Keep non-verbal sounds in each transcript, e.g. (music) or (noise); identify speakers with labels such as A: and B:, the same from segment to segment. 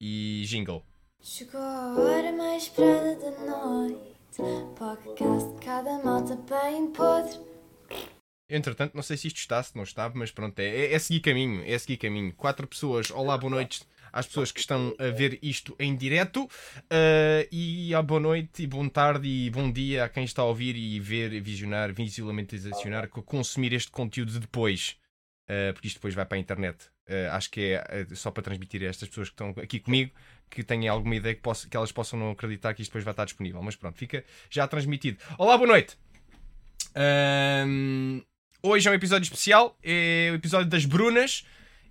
A: e jingle.
B: Chegou a hora mais esperada da noite. Podcast de cada malta bem podre.
A: Entretanto, não sei se isto está, se não está, mas pronto, é, é seguir caminho, é seguir caminho. Quatro pessoas, olá, boa noite às pessoas que estão a ver isto em direto. ah, e ah, boa noite, e boa tarde, e bom dia a quem está a ouvir e ver, visionar, visualizacionar, co- consumir este conteúdo depois. Ah, porque isto depois vai para a internet. Ah, acho que é ah, só para transmitir a estas pessoas que estão aqui comigo que tenham alguma ideia que, possa- que elas possam não acreditar que isto depois vai estar disponível. Mas pronto, fica já transmitido. Olá, boa noite! Ahm, hoje é um episódio especial, é o episódio das Brunas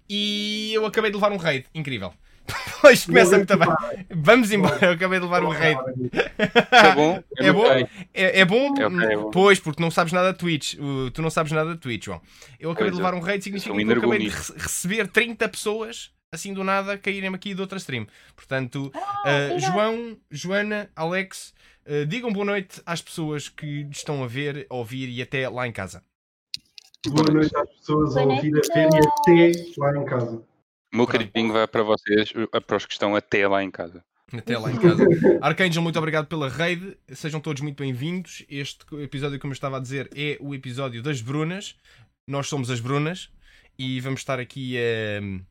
A: e eu acabei de levar um raid, incrível. (laughs) Hoje começa muito bem. Vamos embora, eu acabei de levar um raid.
C: É bom?
A: É bom? É, é bom?
C: É ok, é bom.
A: Pois, porque não sabes nada da Twitch. O- Tu não sabes nada da Twitch, João. Eu acabei
C: Pois
A: de
C: é.
A: levar um raid, significa
C: sou um
A: que eu acabei de
C: energúmeno.
A: re- receber 30 pessoas, assim do nada, caírem-me aqui de outra stream. Portanto, ah, João, Joana, Alex, ah, digam boa noite às pessoas que estão a ver, a ouvir e até lá em casa.
D: Boa noite às pessoas a
B: Boa
D: ouvir a
B: noite.
D: ver e até lá em casa.
C: O (laughs) meu carinho vai para vocês, eh, para os que estão até lá em casa.
A: Até lá em casa. Archangel, muito obrigado pela raid. Sejam todos muito bem-vindos. Este episódio, como eu estava a dizer, é o episódio das Brunas. Nós somos as Brunas e vamos estar aqui hum,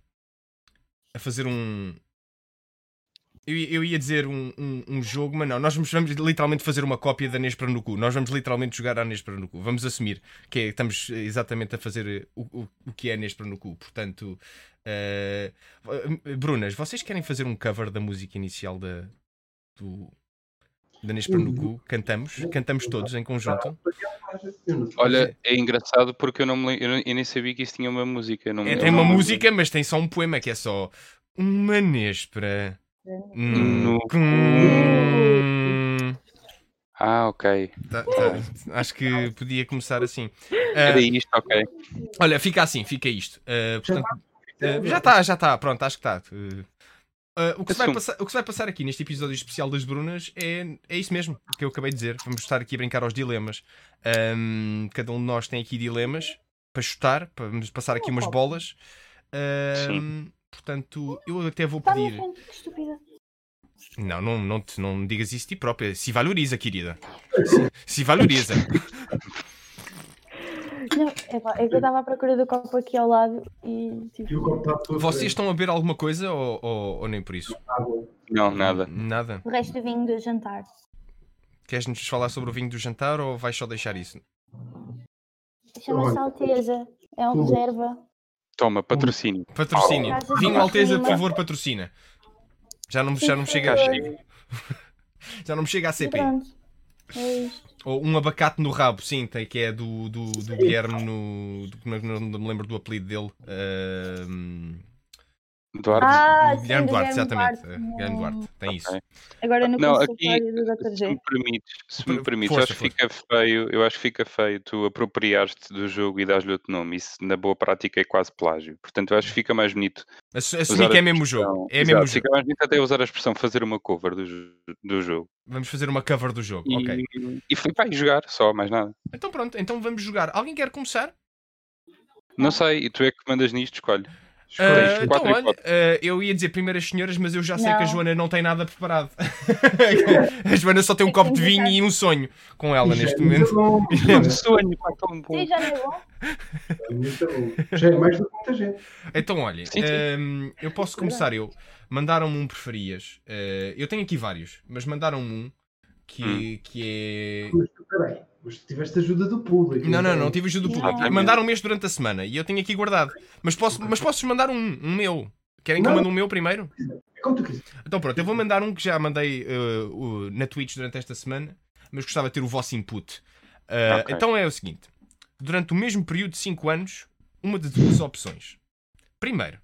A: a, fazer um. Eu, ia- eu ia dizer um, um- um jogo, mas não. Nós vamos, vamos literalmente fazer uma cópia da Nespera no cu. Nós vamos literalmente jogar à Nespera no cu. Vamos assumir que é- estamos eh, exatamente a fazer eh, o, o- o que é Nespera no cu. Portanto, eh, Brunas, vocês querem fazer um cover da música inicial da, do da Nespera no cu? Cantamos? Cantamos todos em conjunto?
D: Eu não sei.
C: Olha, é engraçado porque eu, não me, lem- eu, não- eu nem sabia que isso tinha uma música. Não,
A: É,
C: eu
A: tem
C: não
A: uma
C: me-
A: música, mas tem só um poema que é só uma Nespera no
C: No
A: cu.
C: Ah, ok.
A: Tá- tá. Acho que podia começar assim.
C: Era
A: Ah,
C: isto, ok.
A: olha, fica assim, fica isto. Ah, portanto, Eh,
C: Então,
A: já está, já está, pronto, acho que está. Eh, eh, o, que se vai
C: Assume.
A: passar- o que se vai passar aqui neste episódio especial das Brunas é, é isso mesmo que eu acabei de dizer. Vamos estar aqui a brincar aos dilemas. Ahm, cada um de nós tem aqui dilemas para chutar, para vamos passar
C: Oh,
A: aqui umas bolas. Ahm, portanto, eu até vou
E: Tá
B: Está-me
A: pedir.
B: frente, que estúpida.
A: Não, não, não, te- não digas isso de ti própria. Se valoriza, querida. Se, se valoriza.
E: Não, epá, é que eu estava à procura do copo aqui ao lado e
D: E
E: tipo.
D: o copo está todo
A: Vocês estão a beber alguma coisa ou, ou- ou nem por isso?
D: água.
C: Não, nada.
A: Nada.
E: O resto do vinho do jantar.
A: Queres-nos falar sobre o vinho do jantar ou vais só deixar isso?
E: Chama-se
D: Olha.
E: Alteza. É um
D: Hum.
E: reserva.
C: Toma,
A: Hum.
C: patrocínio.
A: Patrocínio.
E: Casa
A: Vinho
E: de
A: Alteza, por
E: Patrocínio.
A: favor, patrocina. Já não, já não me chega
C: Cá
A: a,
C: chega.
A: (laughs) já não me chega a
E: E
A: CP.
E: Pronto. É isto.
A: Ou um abacate no rabo, sim, tem, que é do, do, do Guilherme no. do- não, não- não me lembro do apelido dele. Ahm,
C: Eduardo.
E: Ah, sim,
A: Guilherme
E: do
A: um Duarte, exatamente.
E: Duarte.
A: Ah, Guilherme Duarte, tem isso.
C: Ok.
E: Agora no
C: Não,
E: consultório do Dr.
C: Se
E: G.
C: me permites, se me
A: Por-
C: permites,
A: força,
C: acho que fica feio, eu acho que fica feio tu apropriares-te do jogo e dás-lhe outro nome. Isso na boa prática é quase plágio. Portanto, eu acho que fica mais bonito.
A: Assu-
C: usar
A: Assumi que
C: a
A: é mesmo o
C: expressão-
A: jogo. É
C: Exato,
A: mesmo o jogo.
C: Fica mais bonito até usar a expressão fazer uma cover do, jo- do jogo.
A: Vamos fazer uma cover do jogo.
C: E,
A: Ok.
C: e fui para aí jogar, só, mais nada.
A: Então pronto, então vamos jogar. Alguém quer começar?
C: Não sei, e tu é que mandas nisto, escolhe.
A: Ah,
C: Tens
A: então,
C: quatro
A: olha,
C: hipóteses.
A: ah, eu ia dizer primeiro as senhoras, mas eu já sei que a
E: Não.
A: Joana não tem nada preparado. (laughs) a Joana só tem um
E: É que
A: copo de
E: tem que
A: vinho
E: ficar-
A: e um sonho com ela
D: Já
A: neste
D: é
A: momento.
D: Muito bom,
A: (laughs)
C: Um sonho, pá, tão
E: Sim,
C: bom.
E: já não é bom?
D: é muito bom. Já é mais do que muita gente.
A: Então, olha,
C: Sim, sim.
A: hum, eu
E: É
A: posso começar eu. Mandaram-me um preferias. Eh, eu tenho aqui vários, mas mandaram-me um que,
C: Hum.
A: que
D: Mas tu, peraí, mas tu tiveste ajuda do público.
A: é. Não, não,
D: então.
A: não tive ajuda do público.
C: Exatamente.
A: Mandaram-me este durante a semana e eu tenho aqui guardado. Mas posso, mas posso mandar um, um meu. Querem que eu
D: Não.
A: mande um meu primeiro?
D: É como tu quiseres.
A: Então pronto, eu vou mandar um que já mandei eh, o- na Twitch durante esta semana, mas gostava de ter o vosso input. Eh,
C: Ok.
A: Então é o seguinte: durante o mesmo período de 5 anos, uma de duas opções. Primeiro,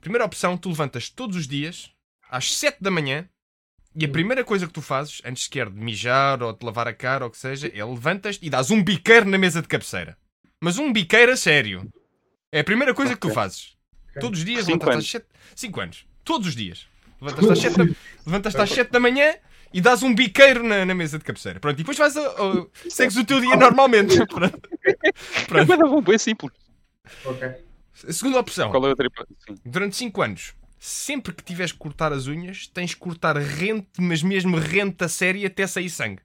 A: primeira opção, tu levantas todos os dias às 7 da manhã e a primeira coisa que tu fazes, antes sequer de mijar ou de lavar a cara ou o que seja, é levantas e dás um biqueiro na mesa de cabeceira. Mas um biqueiro a sério. É a primeira coisa que tu
C: Ok.
A: fazes. Todos os dias
C: Cinco
A: levantas
C: anos.
A: às 7 5 anos. Todos os dias. Levantas-te às 7 da, levantas-te às sete da manhã e dás um biqueiro na, na mesa de cabeceira. Pronto, e depois vais a, a- segues o teu dia normalmente. (laughs) Pronto.
C: Mas é bom, é simples.
D: Ok.
A: Segunda opção.
C: Qual é a outra hipótese? Sim.
A: Durante 5 anos, sempre que tiveres que cortar as unhas, tens que cortar rente, mas mesmo rente a sério até sair sangue.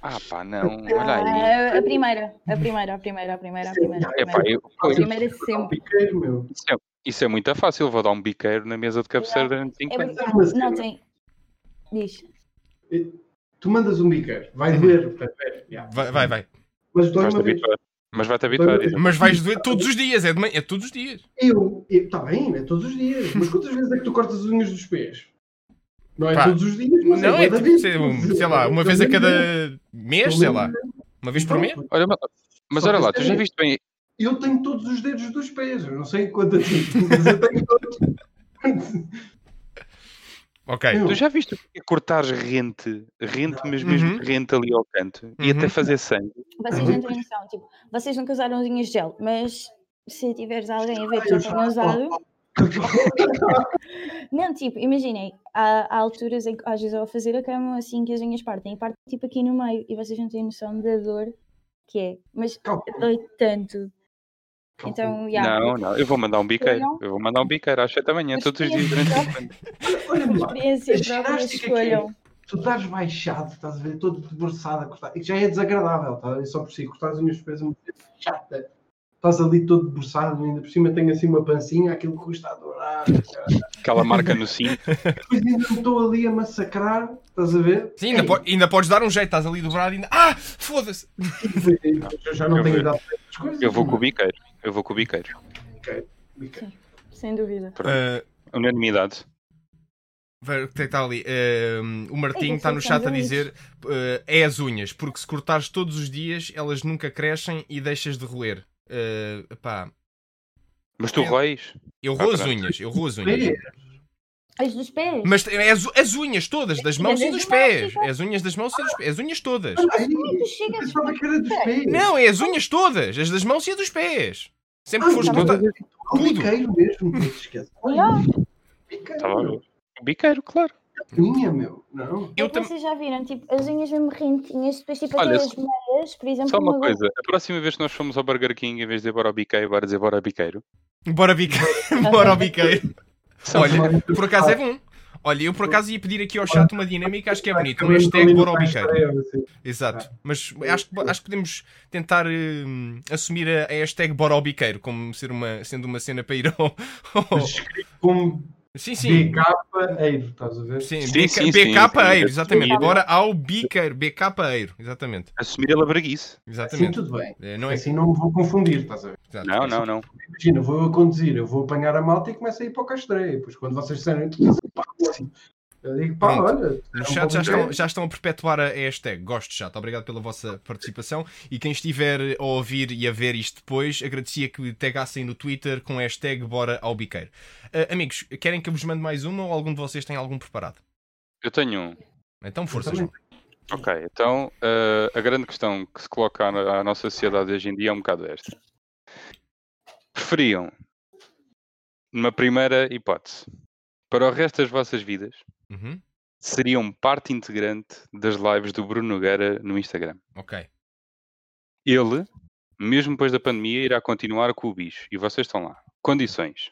C: Ah, pá, não. Olha aí.
E: Ah, a primeira, a primeira, a primeira, a primeira, a primeira. a
C: É pá,
E: primeira.
C: eu,
E: A
C: eu-
E: primeira sempre.
D: Um Piqueiro, meu.
C: isso, é, isso é muito fácil. Vou dar um biqueiro na mesa de cabeceira durante 5
E: É
C: anos.
E: muito-
D: Mas- assim?
E: Não tem. Diz.
D: Tu mandas um biqueiro, vai doer, para ver. é, já.
A: Uhum. Vai, vai, vai.
D: Mas dói
C: Vais-te
D: uma vez.
C: habituar. Mas vai-te habituar.
D: Dói uma
A: Mas vais doer todos os dias, é, de manhã, é todos os dias.
D: Eu, está bem, não é todos os dias. Mas quantas vezes é que tu cortas as unhas dos pés? Não é
A: Pá,
D: todos os dias, mas
A: Não,
D: é
A: é
D: cada
A: tipo, sei, um- sei lá, uma vez a
D: Pelo menos é.
A: cada mês,
D: Pelo
A: sei lá.
D: menos é.
A: Uma vez por mês?
D: Pronto,
C: Olha, mas- mas
D: Só
C: olha
D: que
C: lá,
D: isso
C: tu
D: é
C: já
D: muito.
C: viste bem.
D: Eu tenho todos os dedos dos pés, eu não sei quanto a ti, mas eu tenho todos.
A: Ok.
D: Eu-
C: Tu já viste o que é cortares rente, rente, mas mesmo
A: Uhum.
C: rente ali ao canto e
A: Uhum.
C: até fazer sangue?
E: Vocês
D: Uhum.
E: não têm noção, tipo, vocês nunca usaram unhas de gel, mas se tiveres alguém a ver que já tenha usado. Não, tipo, imaginem, há, há alturas em que às vezes eu vou fazer a cama assim que as unhas partem e partem tipo aqui no meio e vocês não têm noção da dor que é. Mas
D: Calma,
E: dói tanto. Então, já.
C: Não, não, eu vou mandar um biqueiro.
E: Escolham.
C: Eu vou mandar um biqueiro às 7 da manhã,
E: Mas
C: todos os
E: sim,
C: dias durante
E: então.
C: 5 anos.
D: olha-me lá,
E: Experiência
D: A
E: própria,
D: ginástica que é.
E: escolham.
D: tu estás baixado, estás a ver, todo debruçado a cortar, e já é desagradável, tá? a ver, só por si, cortar as unhas dos pés é muito chata. Estás ali todo debruçado, ainda por cima tem assim uma pancinha, aquilo que custa a adorar.
C: Aquela marca no cinto.
D: Depois ainda me estou ali a massacrar, estás a ver?
A: Sim, ainda,
D: Ei,
A: po- ainda podes dar um jeito, estás ali dobrado e ainda. Ah! Foda-se!
D: Eu já não
C: Eu
D: tenho
C: vou-
D: idade para essas coisas. é?
C: Eu vou com o biqueiro. Eu vou com o biqueiro.
D: Bica.
E: Sem dúvida.
A: Ah,
C: Unanimidade.
A: ver o que é que está ali. Ah, o Martinho
E: Ei,
A: está no
E: vocês são
A: chat a
E: dois.
A: dizer ah, é as unhas, porque se cortares todos os dias, elas nunca crescem e deixas de roer. Ah, pá,
C: Mas tu
A: Eu-
C: rois?
A: eu roo
C: Ah,
A: as
C: pronto.
A: unhas, eu roo as unhas.
D: É,
E: As dos pés.
A: Mas é as, as unhas todas, das mãos e
E: É das
A: dos
E: mãos,
A: pés.
E: fica-
A: É as unhas das mãos e dos pés. É as unhas todas.
D: olha aí,
E: Como é que tu chegas?
D: pensava que era dos pés.
A: Não, é as unhas todas, as das mãos e as dos pés. Sempre que
D: Ah,
A: fores
D: tá bem.
A: cortar.
D: Ao biqueiro mesmo, não se esqueça.
E: Já.
D: Biqueiro,
C: Tá bom.
D: meu.
C: Biqueiro, claro.
D: Minha, meu. Não.
A: Eu
E: é que
A: também.
E: vocês já viram, tipo, as unhas mesmo rentinhas, depois tipo
C: Olha,
E: aquelas
C: só-
E: meias, por exemplo,
C: Só uma
E: agulha.
C: coisa, a próxima vez que nós formos ao Burger King, em vez de ir bora ao biqueiro, bora dizer bora ao biqueiro.
A: Bora biqueiro. (laughs) Bora ao biqueiro. Olha, por acaso é bom. Olha, eu por acaso ia pedir aqui ao chat uma dinâmica, acho que é bonito. Um hashtag bora ao biqueiro.
D: assim.
A: Exato. Mas acho que, acho que podemos tentar hum, assumir a, a hashtag bora ao biqueiro como ser uma, sendo uma cena para ir ao. ao-
D: Como
A: Oh. Sim, sim.
D: BK Eiro, é estás a ver?
A: Sim,
C: Sim,
A: BK,
C: sim, sim,
A: BK
C: sim.
A: Eiro, exatamente.
C: Assumir.
A: Bora ao biqueiro, BK Eiro, exatamente.
C: Assumir a breguice.
D: Assim
A: Exatamente.
D: tudo bem.
A: É, não é
D: Assim não me vou confundir, estás a ver?
A: exato.
C: Não, não, não.
D: Imagina, vou eu a conduzir, eu vou apanhar a malta e começo a ir para o castreio. Pois quando vocês disserem, "Tu és um pau", eu digo, pá,
A: Pronto.
D: olha.
A: No
D: era um
A: chat
D: bom
A: já
D: biqueiro.
A: estão, já estão a perpetuar a hashtag. Gosto, chat. Obrigado pela vossa participação. E quem estiver a ouvir e a ver isto depois, agradecia que tagassem no Twitter com a hashtag Bora ao Biqueiro. Ah, amigos, querem que eu vos mande mais uma ou algum de vocês tem algum preparado?
C: Eu tenho um.
A: Então, força,
D: também.
A: João.
C: Ok, então eh, a grande questão que se coloca à, à nossa sociedade hoje em dia é um bocado esta. Preferiam, numa primeira hipótese, para o resto das vossas vidas,
A: Uhum,
C: seriam parte integrante das lives do Bruno Nogueira no Instagram.
A: Ok.
C: Ele, mesmo depois da pandemia, irá continuar com o bicho e vocês estão lá. Condições: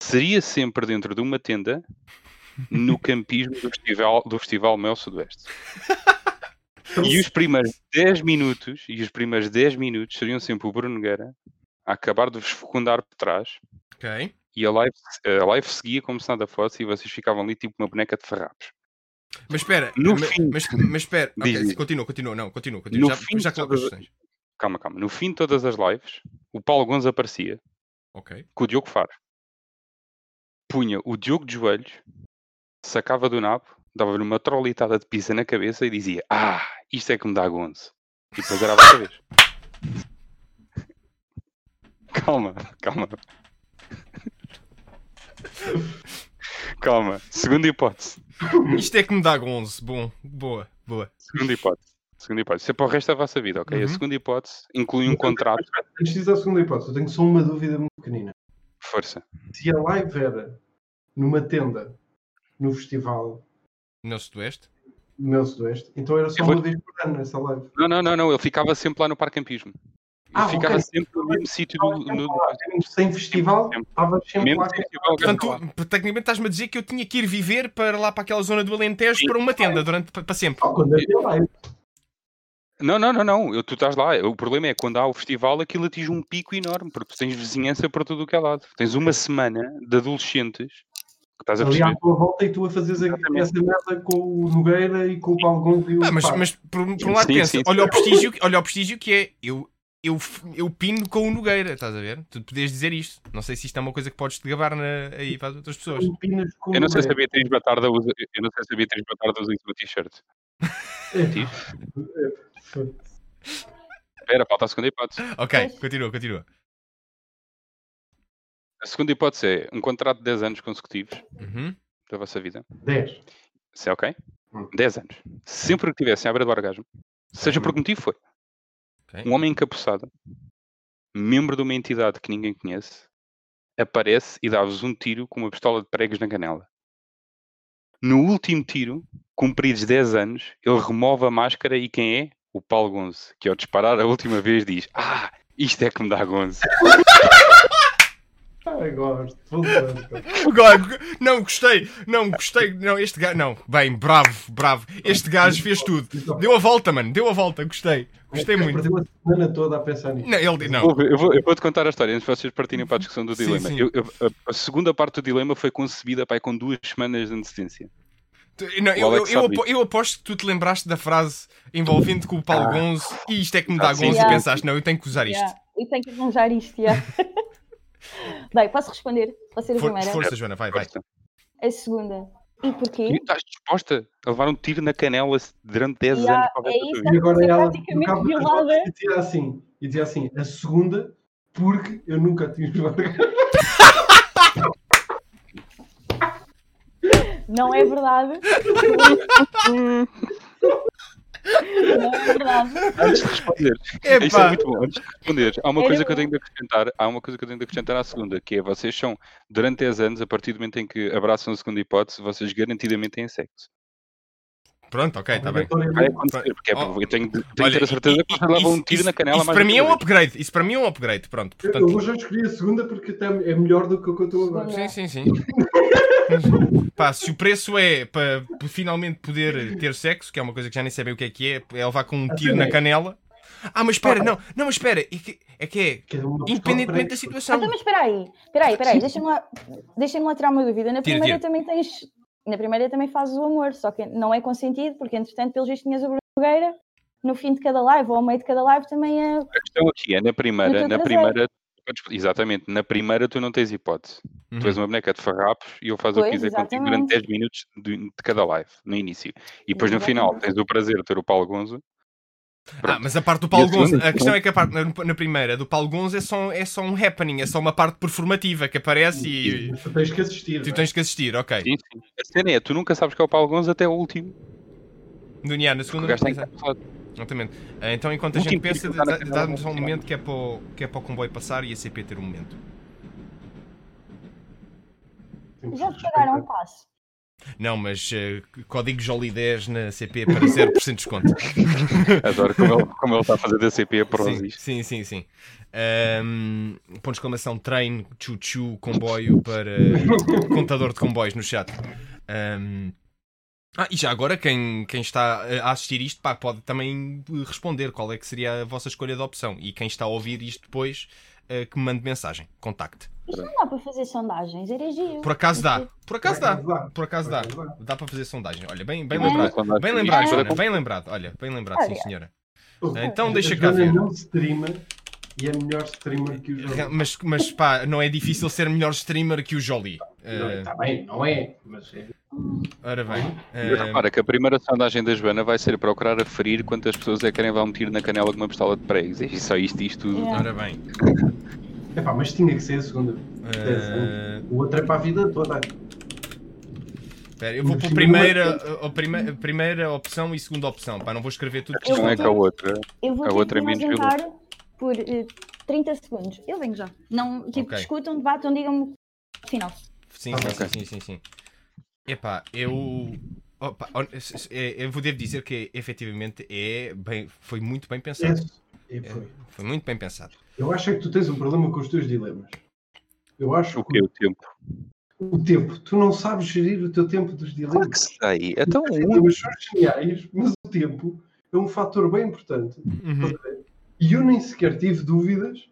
C: seria sempre dentro de uma tenda no campismo do festival, do festival Mel Sudoeste. E os primeiros 10 minutos, e os primeiros 10 minutos seriam sempre o Bruno Nogueira a acabar de vos fecundar por trás
A: Ok.
C: e a live, a live seguia como se nada fosse e vocês ficavam ali tipo uma boneca de farrapos.
A: Mas espera.
C: No
A: ma-
C: fim-
A: Mas, mas espera. Ok,
C: Diz, diz.
A: continua, continua. Não, continua.
C: No
A: continua. Já,
C: fim
A: já
C: de
A: coloco as
C: todas-
A: questões.
C: Calma, calma. No fim de todas as lives, o Paulo Gonzo aparecia
A: Ok.
C: com o Diogo Faro. Punha o Diogo de joelhos, sacava do nabo, dava-lhe uma trolitada de pizza na cabeça e dizia: Ah, isto é que me dá gonzo. E depois era a vossa vez. (laughs) Calma, calma. (laughs) Calma. Segunda hipótese.
A: Isto é que me dá 11. Bom, boa, boa.
C: Segunda hipótese. Segunda hipótese. Isso é para o resto da vossa vida, ok? A
A: Uhum.
C: segunda hipótese inclui um
D: Nunca
C: contrato.
D: Antes disso, a segunda hipótese, eu tenho só uma dúvida muito pequenina.
C: Força.
D: Se a live era numa tenda, no festival
A: No Sudoeste.
D: do Mel Sudoeste, então era só
C: Eu vou-
D: uma vez por ano essa live.
C: Não, não, não, não. Ele ficava sempre lá no parque campismo.
D: Ah,
C: ficava
D: ok. Ah,
C: sempre no mesmo sítio do. No,
D: Sem festival,
C: Sempre.
D: estava sempre
C: mesmo
D: lá.
C: festival
A: Portanto,
C: Gandalf.
A: tu, tecnicamente estás-me a dizer que eu tinha que ir viver para lá para aquela zona do Alentejo para uma tenda durante para sempre.
D: Ah, quando havia live.
C: Não, não, não, não. Eu- tu estás lá. O problema é que quando há o festival aquilo atinge um pico enorme, porque tu tens vizinhança para tudo o que é lado. Tens uma semana de adolescentes que estás a
D: Ali à
C: perceber.
D: tua volta e tu a fazeres a-
C: Exatamente.
D: essa merda com o Nogueira e com o Paulo Gomes e o
A: Pá, Ah, mas,
D: Fábio.
A: mas por, por um lado
C: Sim,
A: pensa,
C: sim, sim.
A: olha o prestígio, que- olha o prestígio que é eu, eu, f- eu pino com o Nogueira, estás a ver? Tu podias dizer isto. Não sei se isto é uma coisa que podes te gabar na- aí para as outras pessoas.
D: Campinas com
C: Eu não sei se a
D: Nogueira.
C: Beatriz Batarda usa, eu não sei se a Beatriz Batarda usa isso no t-shirt. Espera, falta a segunda hipótese.
A: Ok,
E: Pois.
A: continua, continua.
C: A segunda hipótese é um contrato de 10 anos consecutivos
A: Uhum.
C: da vossa vida.
D: 10.
C: Isso é ok?
D: Hum.
C: 10 anos. Sempre que estivessem à beira do orgasmo, seja por que motivo foi,
A: Ok.
C: um homem encapuçado, membro de uma entidade que ninguém conhece, aparece e dá-vos um tiro com uma pistola de pregos na canela. No último tiro, cumpridos 10 anos, ele remove a máscara e quem é? O Paulo Gonzo, que ao disparar a última vez diz: Ah, isto é que me dá Gonzo.
D: Ah, gosto. Vou dar.
A: Agora, Não, gostei, não, gostei, não, este gajo, não, bem, bravo, bravo, este gajo fez tudo, deu a volta, mano, deu a volta, gostei, gostei muito.
D: Perdeu a semana toda a pensar nisso.
A: Não, ele, não,
C: Vou ver, Eu vou, eu vou-te contar a história antes de vocês partirem para a discussão do
A: Sim,
C: dilema.
A: sim.
C: Eu- eu- a, a segunda parte do dilema foi concebida pai, com duas semanas de antecedência.
A: Tu- não, eu,
C: Alex
A: eu- eu
C: é sabe
A: apo- eu aposto que tu te lembraste da frase envolvendo com o Paulo Gonzo e isto é que me dá
C: Ah, sim,
A: Gonzo
E: sim.
A: e pensaste, não, eu tenho que usar isto.
E: Yeah. Eu tenho que arranjar
C: (laughs)
E: isto, yeah. Bem, posso responder? Posso ser a
A: For-
E: primeira?
A: força, Joana, vai, vai.
C: Gosta.
E: A segunda. E porquê?
C: E Estás disposta a levar um tiro na canela se- durante 10
E: Yeah,
C: anos para o resto
E: é
C: da tua
E: isso.
C: vida?
D: E agora
E: Foi
D: ela
E: praticamente
D: tocava nas
E: violada.
D: mãos e dizia assim, e dizia assim, a segunda, porque eu nunca tive orgasmo.
E: Não é verdade. Não é verdade.
C: Antes de responder, isto é
A: (laughs) Epá,
C: muito bom. Antes de responder, há uma
E: Era
C: coisa que eu
E: bom.
C: tenho de acrescentar. Há uma coisa que eu tenho de acrescentar à segunda, que é vocês são, durante 10 anos, a partir do momento em que abraçam a segunda hipótese, vocês garantidamente têm sexo.
A: pronto, ok, está bem.
C: Vai
D: Obrigatoriamente.
C: acontecer, porque é,
A: Oh.
C: eu tenho de, tenho de
A: Olha,
C: ter a certeza
A: i-
C: que
A: i-
C: vocês levam um
A: isso-
C: tiro na
A: isso-
C: canela
A: Isso
C: mais
A: para
C: do
A: mim
C: que
A: é
C: uma
A: um
C: vez.
A: upgrade, isso para mim é um upgrade, pronto.
D: Eu eu
A: Portanto,
D: hoje eu escolhi a segunda porque até é melhor do que o que eu estou agora.
A: sim, sim, (laughs) sim. Pá, se o preço é para p- finalmente poder ter sexo, que é uma coisa que já nem sabem o que é que é, é levar com um
C: Assim
A: tiro na canela. Ah, mas espera, não, não, mas espera, é que é, que é
D: Que é uma
A: independentemente da
D: pessoa
A: situação.
E: Então, mas espera aí, espera aí, espera aí, deixa-me lá, deixa lá tirar uma dúvida. Na
A: Tira,
E: primeira
A: tira.
E: também tens, na primeira também fazes o amor, só que não é consentido, porque entretanto, pelos vistos, tinhas a blogueira no fim de cada live ou ao meio de cada live também é.
C: A questão aqui é na
E: No
C: primeira,
E: teu
C: na
E: traseiro.
C: primeira, exatamente, na primeira tu não tens hipótese.
A: Uhum.
C: Tu és uma boneca de farrapos e eu faço o que
E: Pois,
C: quiser contigo durante 10 minutos de, de cada live, no início. E depois no final tens o prazer de ter o Paulo Gonzo.
A: Ah,
C: Pronto.
A: mas a parte do Paulo
C: E a segunda,
A: Gonzo, a
C: então?
A: questão é que a parte na, na primeira do Paulo Gonzo é só, é só um happening, é só uma parte performativa que aparece e
D: Mas tu tens que assistir.
A: tu
D: não é?
A: tens que assistir, ok.
C: Sim, sim. A cena é, tu nunca sabes que é o Paulo Gonzo até o último.
A: Duniá, na
C: porque o
A: segunda.
C: gajo está
A: exato,
C: encapsulado.
A: Exatamente. Ah, Então, enquanto a
C: O
A: gente
C: último
A: pensa,
C: que está na
A: dá- dá-me
C: canela
A: só um
C: vai
A: momento que é, para o, que é para o comboio passar e a CP ter um momento.
D: Temos
E: Já
D: que
E: te pagaram um
D: respeitar.
E: passo.
A: Não, mas eh, código Jolie 10 na CP para 0% de desconto.
C: Adoro como ele, como ele está a fazer da CP para os
A: sim,
C: isto.
A: sim, sim, sim. Ahm, ponto de exclamação, trem, chuchu, comboio para contador de comboios no chat. Ahm, ah, e já agora, quem, quem está eh, a assistir isto, pá, pode também eh, responder qual é que seria a vossa escolha de opção. E quem está a ouvir isto depois, eh, que me mande mensagem, contacte.
E: Isto não dá para fazer sondagens, era giro.
A: Por acaso dá, por acaso dá,
D: Dá.
A: por acaso dá. Dá para fazer sondagem. Olha, bem, bem lembrado. Bem lembrado,
C: lembrado
A: Joana, bem lembrado. Olha, bem lembrado, sim
E: Olha.
A: senhora.
D: Pô, é
A: Então
D: a
A: deixa cá
D: Joana
A: ver.
D: não streama e é melhor streamer que o
A: Ra-
D: João.
A: Mas, mas pá, não é difícil ser melhor streamer que o Jolie. Eh,
D: Está bem, não é? Mas é.
A: ora bem. eh,
C: Mas repara que a primeira sondagem da Joana vai ser procurar aferir quantas pessoas é que querem levar um tiro na canela com uma pistola de pregos. E só isto, isto tudo.
E: Yeah.
A: ora bem.
D: Epá, mas tinha que ser a segunda.
A: eh,
D: O outro é para a vida toda.
A: espera, eu vou pela primeira, a, a prime- a primeira opção e segunda opção. Pá, não vou escrever tudo.
C: A questão
E: vou
C: é que a
E: ter-
C: outra.
E: Eu vou
C: A
E: ter
C: outra é
E: que me
C: menos
E: ausentar por eh, 30 segundos. Eu venho já. Não, tipo,
A: Ok.
E: discutam, debatam, digam-me. Final.
A: Sim, sim, sim, sim, sim, sim. Epá, eu. Opa, on- s- s- eh, eu vou devo dizer que efetivamente é bem, é foi muito bem pensado.
D: Esse E foi.
A: Foi muito bem pensado.
D: Eu acho é que tu tens um problema com os teus dilemas. Eu acho
C: O que é o tempo?
D: que o tempo. Tu não sabes gerir o teu tempo dos
C: Claro
D: dilemas.
C: que sei. Então,
D: Os
C: o
D: dilemas são geniais, mas o tempo é um fator bem importante.
A: Uhum.
D: E eu nem sequer tive dúvidas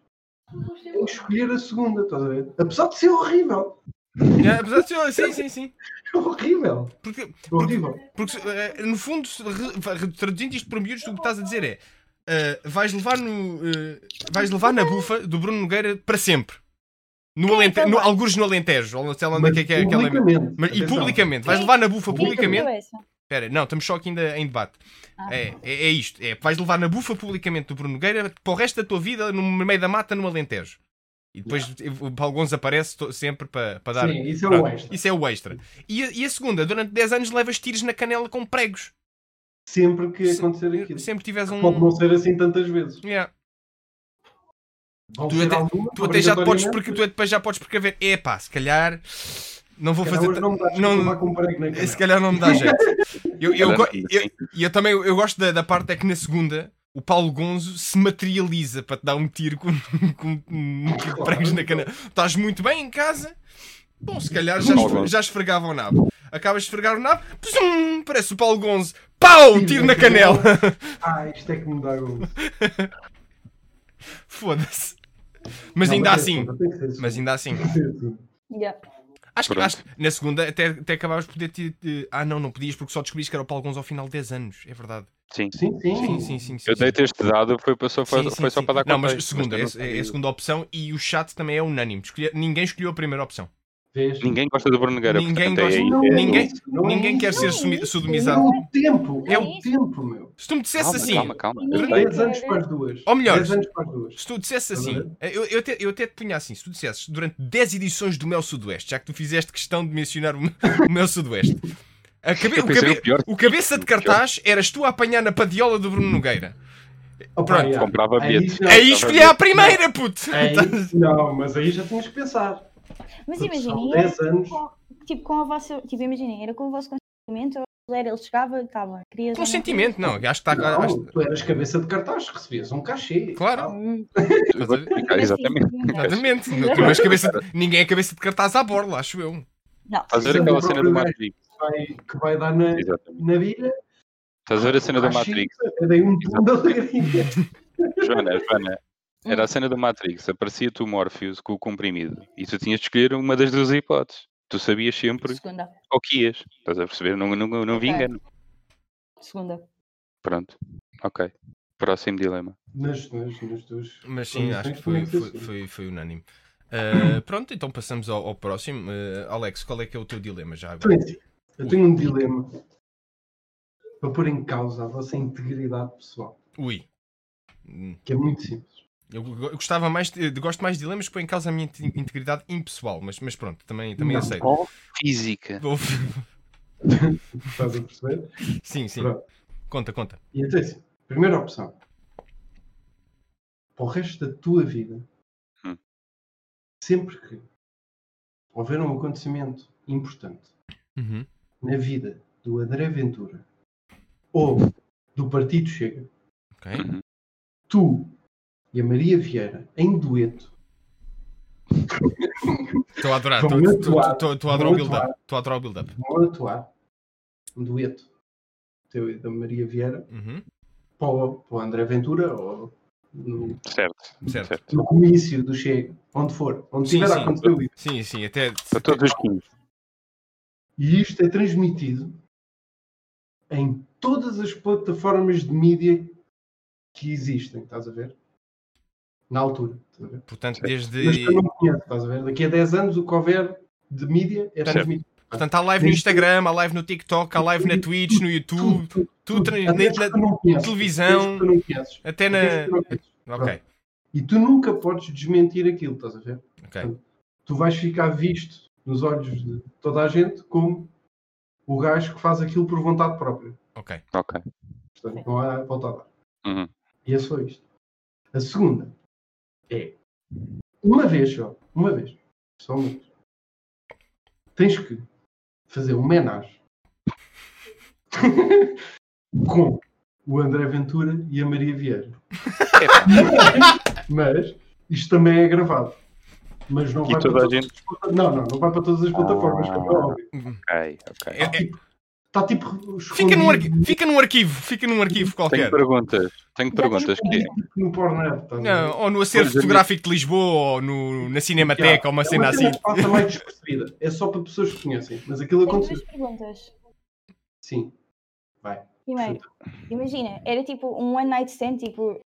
D: em escolher a segunda, estás a ver? Apesar de ser horrível. (laughs)
A: Yeah, Ah, apesar de ser- sim, sim, sim.
D: É horrível. é
A: Porque,
D: Horrível.
A: porque se- eh, no fundo, se re- re- traduzindo isto para miúdos, o que estás a dizer é eh, vais levar no eh, vais levar na bufa do Bruno Nogueira para sempre. No Alente- no, algures no Alentejo, ou sei lá onde é que é aquela.
D: publicamente.
A: Mas- e
D: atenção.
A: publicamente, vais
E: Sim.
A: levar na bufa
E: Quem é que
A: publicamente.
E: deu essa?
A: Espera, não, estamos só aqui ainda em debate.
E: Ah.
A: É, é, é isto. É, vais levar na bufa publicamente do Bruno Nogueira para o resto da tua vida no meio da mata no Alentejo. E depois eh, para alguns aparece to- sempre para, para dar.
D: Sim, isso é
A: Pronto,
D: o extra.
A: Isso é o extra. E a, e a segunda, durante 10 anos levas tiros na canela com pregos.
D: Sempre que
A: Se-
D: acontecer aquilo.
A: Sempre tiveres um.
D: Pode não ser assim tantas vezes.
A: Yeah.
D: Vão
A: Tu
D: ser
A: até-
D: algumas,
A: Tu até já te podes,
D: obrigatoriamente.
A: porque tu depois já podes precaver. Epá, se calhar não vou
D: Cada
A: fazer.
D: hoje
A: ta-
D: não me dá desculpa,
A: não-
D: vá com um prego na cara.
A: (laughs) Se calhar não me dá jeito. Eu, eu,
C: Cada
A: go-
C: um
A: eu-
C: assim.
A: e eu também eu gosto da, da parte é que na segunda o Paulo Gonzo se materializa para te dar um tiro com, (laughs) com um tiro de pregos na cana. Estás muito bem em casa? Bom, se calhar já,
C: Paulo
A: esfre-
C: Gonzo.
A: já esfregava o nabo. Acabas de esfregar o nabo, pzum, parece o Paulo Gonzo. Pau! um Tiro na canela! (laughs)
D: Ah, isto é que me dá gozo.
A: Foda-se. Mas
D: Não, é
A: ainda
D: tem que
A: assim.
D: ser, tem que ser isso.
A: Mas ainda assim.
D: Tem que ser isso.
E: Yeah.
A: Acho que,
C: Pronto.
A: acho que na segunda até, até acabavas de poder te, te- Ah, não, não podias porque só descobriste que era o Paulo Gonzo ao final de 10 anos. É verdade.
C: Sim.
D: Sim, sim.
A: Sim, sim, sim. sim,
C: Eu
A: sim.
C: dei-te este dado, foi para- só, foi,
A: Sim, sim,
C: foi só
A: sim.
C: para dar
A: Não, mas
C: contexto,
A: segunda,
C: eu não
A: é, é a
C: sabia.
A: segunda opção e o chat também é unânime. Escolhe- ninguém escolheu a primeira opção.
D: Vês?
C: Ninguém gosta do Bruno Nogueira,
A: Ninguém
C: portanto, é
A: gosta-
C: aí.
D: Não,
C: é-
A: ninguém-
D: isso, não é
A: ninguém quer
D: isso.
A: ser
E: Não,
A: sumi-
E: isso
D: É
A: sodomizado.
D: o tempo, é
E: É
D: o
E: isso.
D: tempo, meu.
A: Se tu me dissesse
C: Calma,
A: assim,
C: calma, calma.
E: Ninguém-
D: 10 anos para as duas.
A: Ou melhor,
D: 10 anos para as duas.
A: se tu dissesse
D: Estás a
A: assim,
E: é?
A: eu, eu, até, eu até te punha assim, se tu dissesses durante 10 edições do Mel Sudoeste, já que tu fizeste questão de mencionar o, Mel- (laughs) o Mel Sudoeste, a cabe-
C: Eu
A: o,
C: pensei
A: cabe-
C: no pior.
A: o cabeça de
C: No pior.
A: cartaz eras tu a apanhar na padiola do Bruno Nogueira. É
D: Opa,
A: Pronto,
D: já.
C: comprava
D: é. Aí
C: bilhete.
D: já-
A: Aí escolhi a primeira, puto!
E: É
A: Então,
D: Aí- não, mas aí já tinhas que pensar.
E: Mas
D: Porque São
E: imaginem, era
D: 10 anos.
A: Tá,
E: tipo com a vossa. Tipo, imaginem, era com o vosso consentimento, ou ele chegava, estava, queria.
A: Consentimento, não, acho que está. acho-
D: Não, tu eras cabeça de cartaz, recebias um cachê.
A: Claro.
D: Tal.
E: Hum, assim,
A: estás a ver?
D: Ah,
C: Explicar, Exatamente.
D: (laughs)
A: Exatamente. Não, tu não és cabeça de- Ninguém é cabeça de cartaz à borla, acho eu.
E: Não,
C: Estás a ver
D: Sim,
C: aquela
D: do
C: cena
D: próprio
C: do
D: gajo.
C: Matrix?
D: Vai- que vai dar na,
C: Exatamente.
D: na vida.
C: Estás a ver a cena do Matrix?
D: Eu dei um tom de alegria.
C: Joana, Joana. Era a cena do Matrix. Aparecia-te o Morpheus com o comprimido. E tu tinhas de escolher uma das duas hipóteses. Tu sabias sempre
E: segunda.
C: ao que ias. Estás a perceber? Não, não, não vi
E: Ok.
C: engano.
E: Segunda.
C: Pronto. Ok. Próximo dilema.
D: Nas, nas, nas tuas.
A: Mas sim,
D: condições
A: acho que foi,
D: tinha ser
A: foi,
D: assim.
A: foi, foi unânime.
D: (clears throat)
A: Ah, pronto, então passamos ao, ao próximo. Ah, Alex, qual é que é o teu dilema já agora?
D: Francisco, Então, eu tenho um dilema para pôr em causa a vossa integridade pessoal,
A: Ui. Hum,
D: que é muito simples.
A: Eu go- eu gostava mais, de, de- gosto mais de dilemas que põem em causa a minha inte- integridade impessoal, mas, mas pronto, também, também
D: Não.
A: aceito.
C: Ou física.
A: Vou-
D: Estás a perceber?
A: (laughs) Sim, sim.
D: Pronto.
A: Conta, conta.
D: E até assim, primeira opção. Para o resto da tua vida,
C: Hum.
D: sempre que houver um acontecimento importante
A: Uhum.
D: na vida do André Ventura ou do Partido Chega,
A: Ok.
C: Uhum.
D: tu e a Maria Vieira em dueto
A: Estou a adorar,
D: Vão
A: estou- estou
D: atuar.
A: estou- estou a adorar
D: Vão
A: o build-up.
D: atuar.
A: Estou a adorar o build-up.
D: vão atuar um dueto teu e da Maria Vieira
A: Uhum.
D: para o, para o André Ventura ou no,
C: Certo.
A: Certo.
D: no comício do Chega, onde for, onde
A: Sim,
D: tiver
A: sim.
D: a acontecer o isso.
A: Sim, sim, até.
C: Para todos os 15.
D: E isto é transmitido em todas as plataformas de mídia que existem, estás a ver? Na altura, estás a ver?
A: Portanto,
D: Mas
A: desde.
D: que eu não conheço, estás a ver? Daqui a 10 anos o que houver de mídia é
A: Certo.
D: transmitido.
A: Portanto, há live no
D: Desde-
A: Instagram, há live no TikTok, há live na Twitch, no YouTube,
D: tudo,
A: tu tra-
D: Até
A: na-
D: que tu não conheces,
A: televisão,
D: até que tu não conheces,
A: até na.
D: até que tu não conheces.
A: Ok,
D: E tu nunca podes desmentir aquilo, estás a ver?
A: ok.
D: Tu vais ficar visto nos olhos de toda a gente como o gajo que faz aquilo por vontade própria.
A: Ok.
C: Ok.
D: Portanto, não há volta a dar.
C: Uhum.
D: E é só isto. A segunda é uma vez só, uma vez, só uma vez, tens que fazer um homenagem (laughs) com o André Ventura e a
A: (laughs)
D: Maria Vieira.
C: Epá,
D: Mas isto também é gravado. Mas não
C: E
D: vai, para
C: toda a
D: todas
C: gente-
D: as plata- não, não, não vai para todas as plataformas,
C: Ah.
D: como é óbvio.
C: ok, ok.
A: É- é-
D: Está tipo.
A: fica, num arqui-
D: escondido
A: fica num arquivo, fica num arquivo
C: Tenho
A: qualquer.
C: perguntas. Tenho
E: Já
C: perguntas.
E: tenho
C: que é,
D: No Pornhub. estás a ver?
A: Não, ou no acervo
C: Pois é,
A: fotográfico de Lisboa, ou no, na Cinemateca, ou uma
D: é
A: cena assim.
D: que passa mais despercebida. É só para pessoas que conhecem. Mas aquilo
E: Tenho
D: aconteceu.
E: duas perguntas.
D: Sim.
E: Primeiro, imagina, era tipo um one night stand, tipo.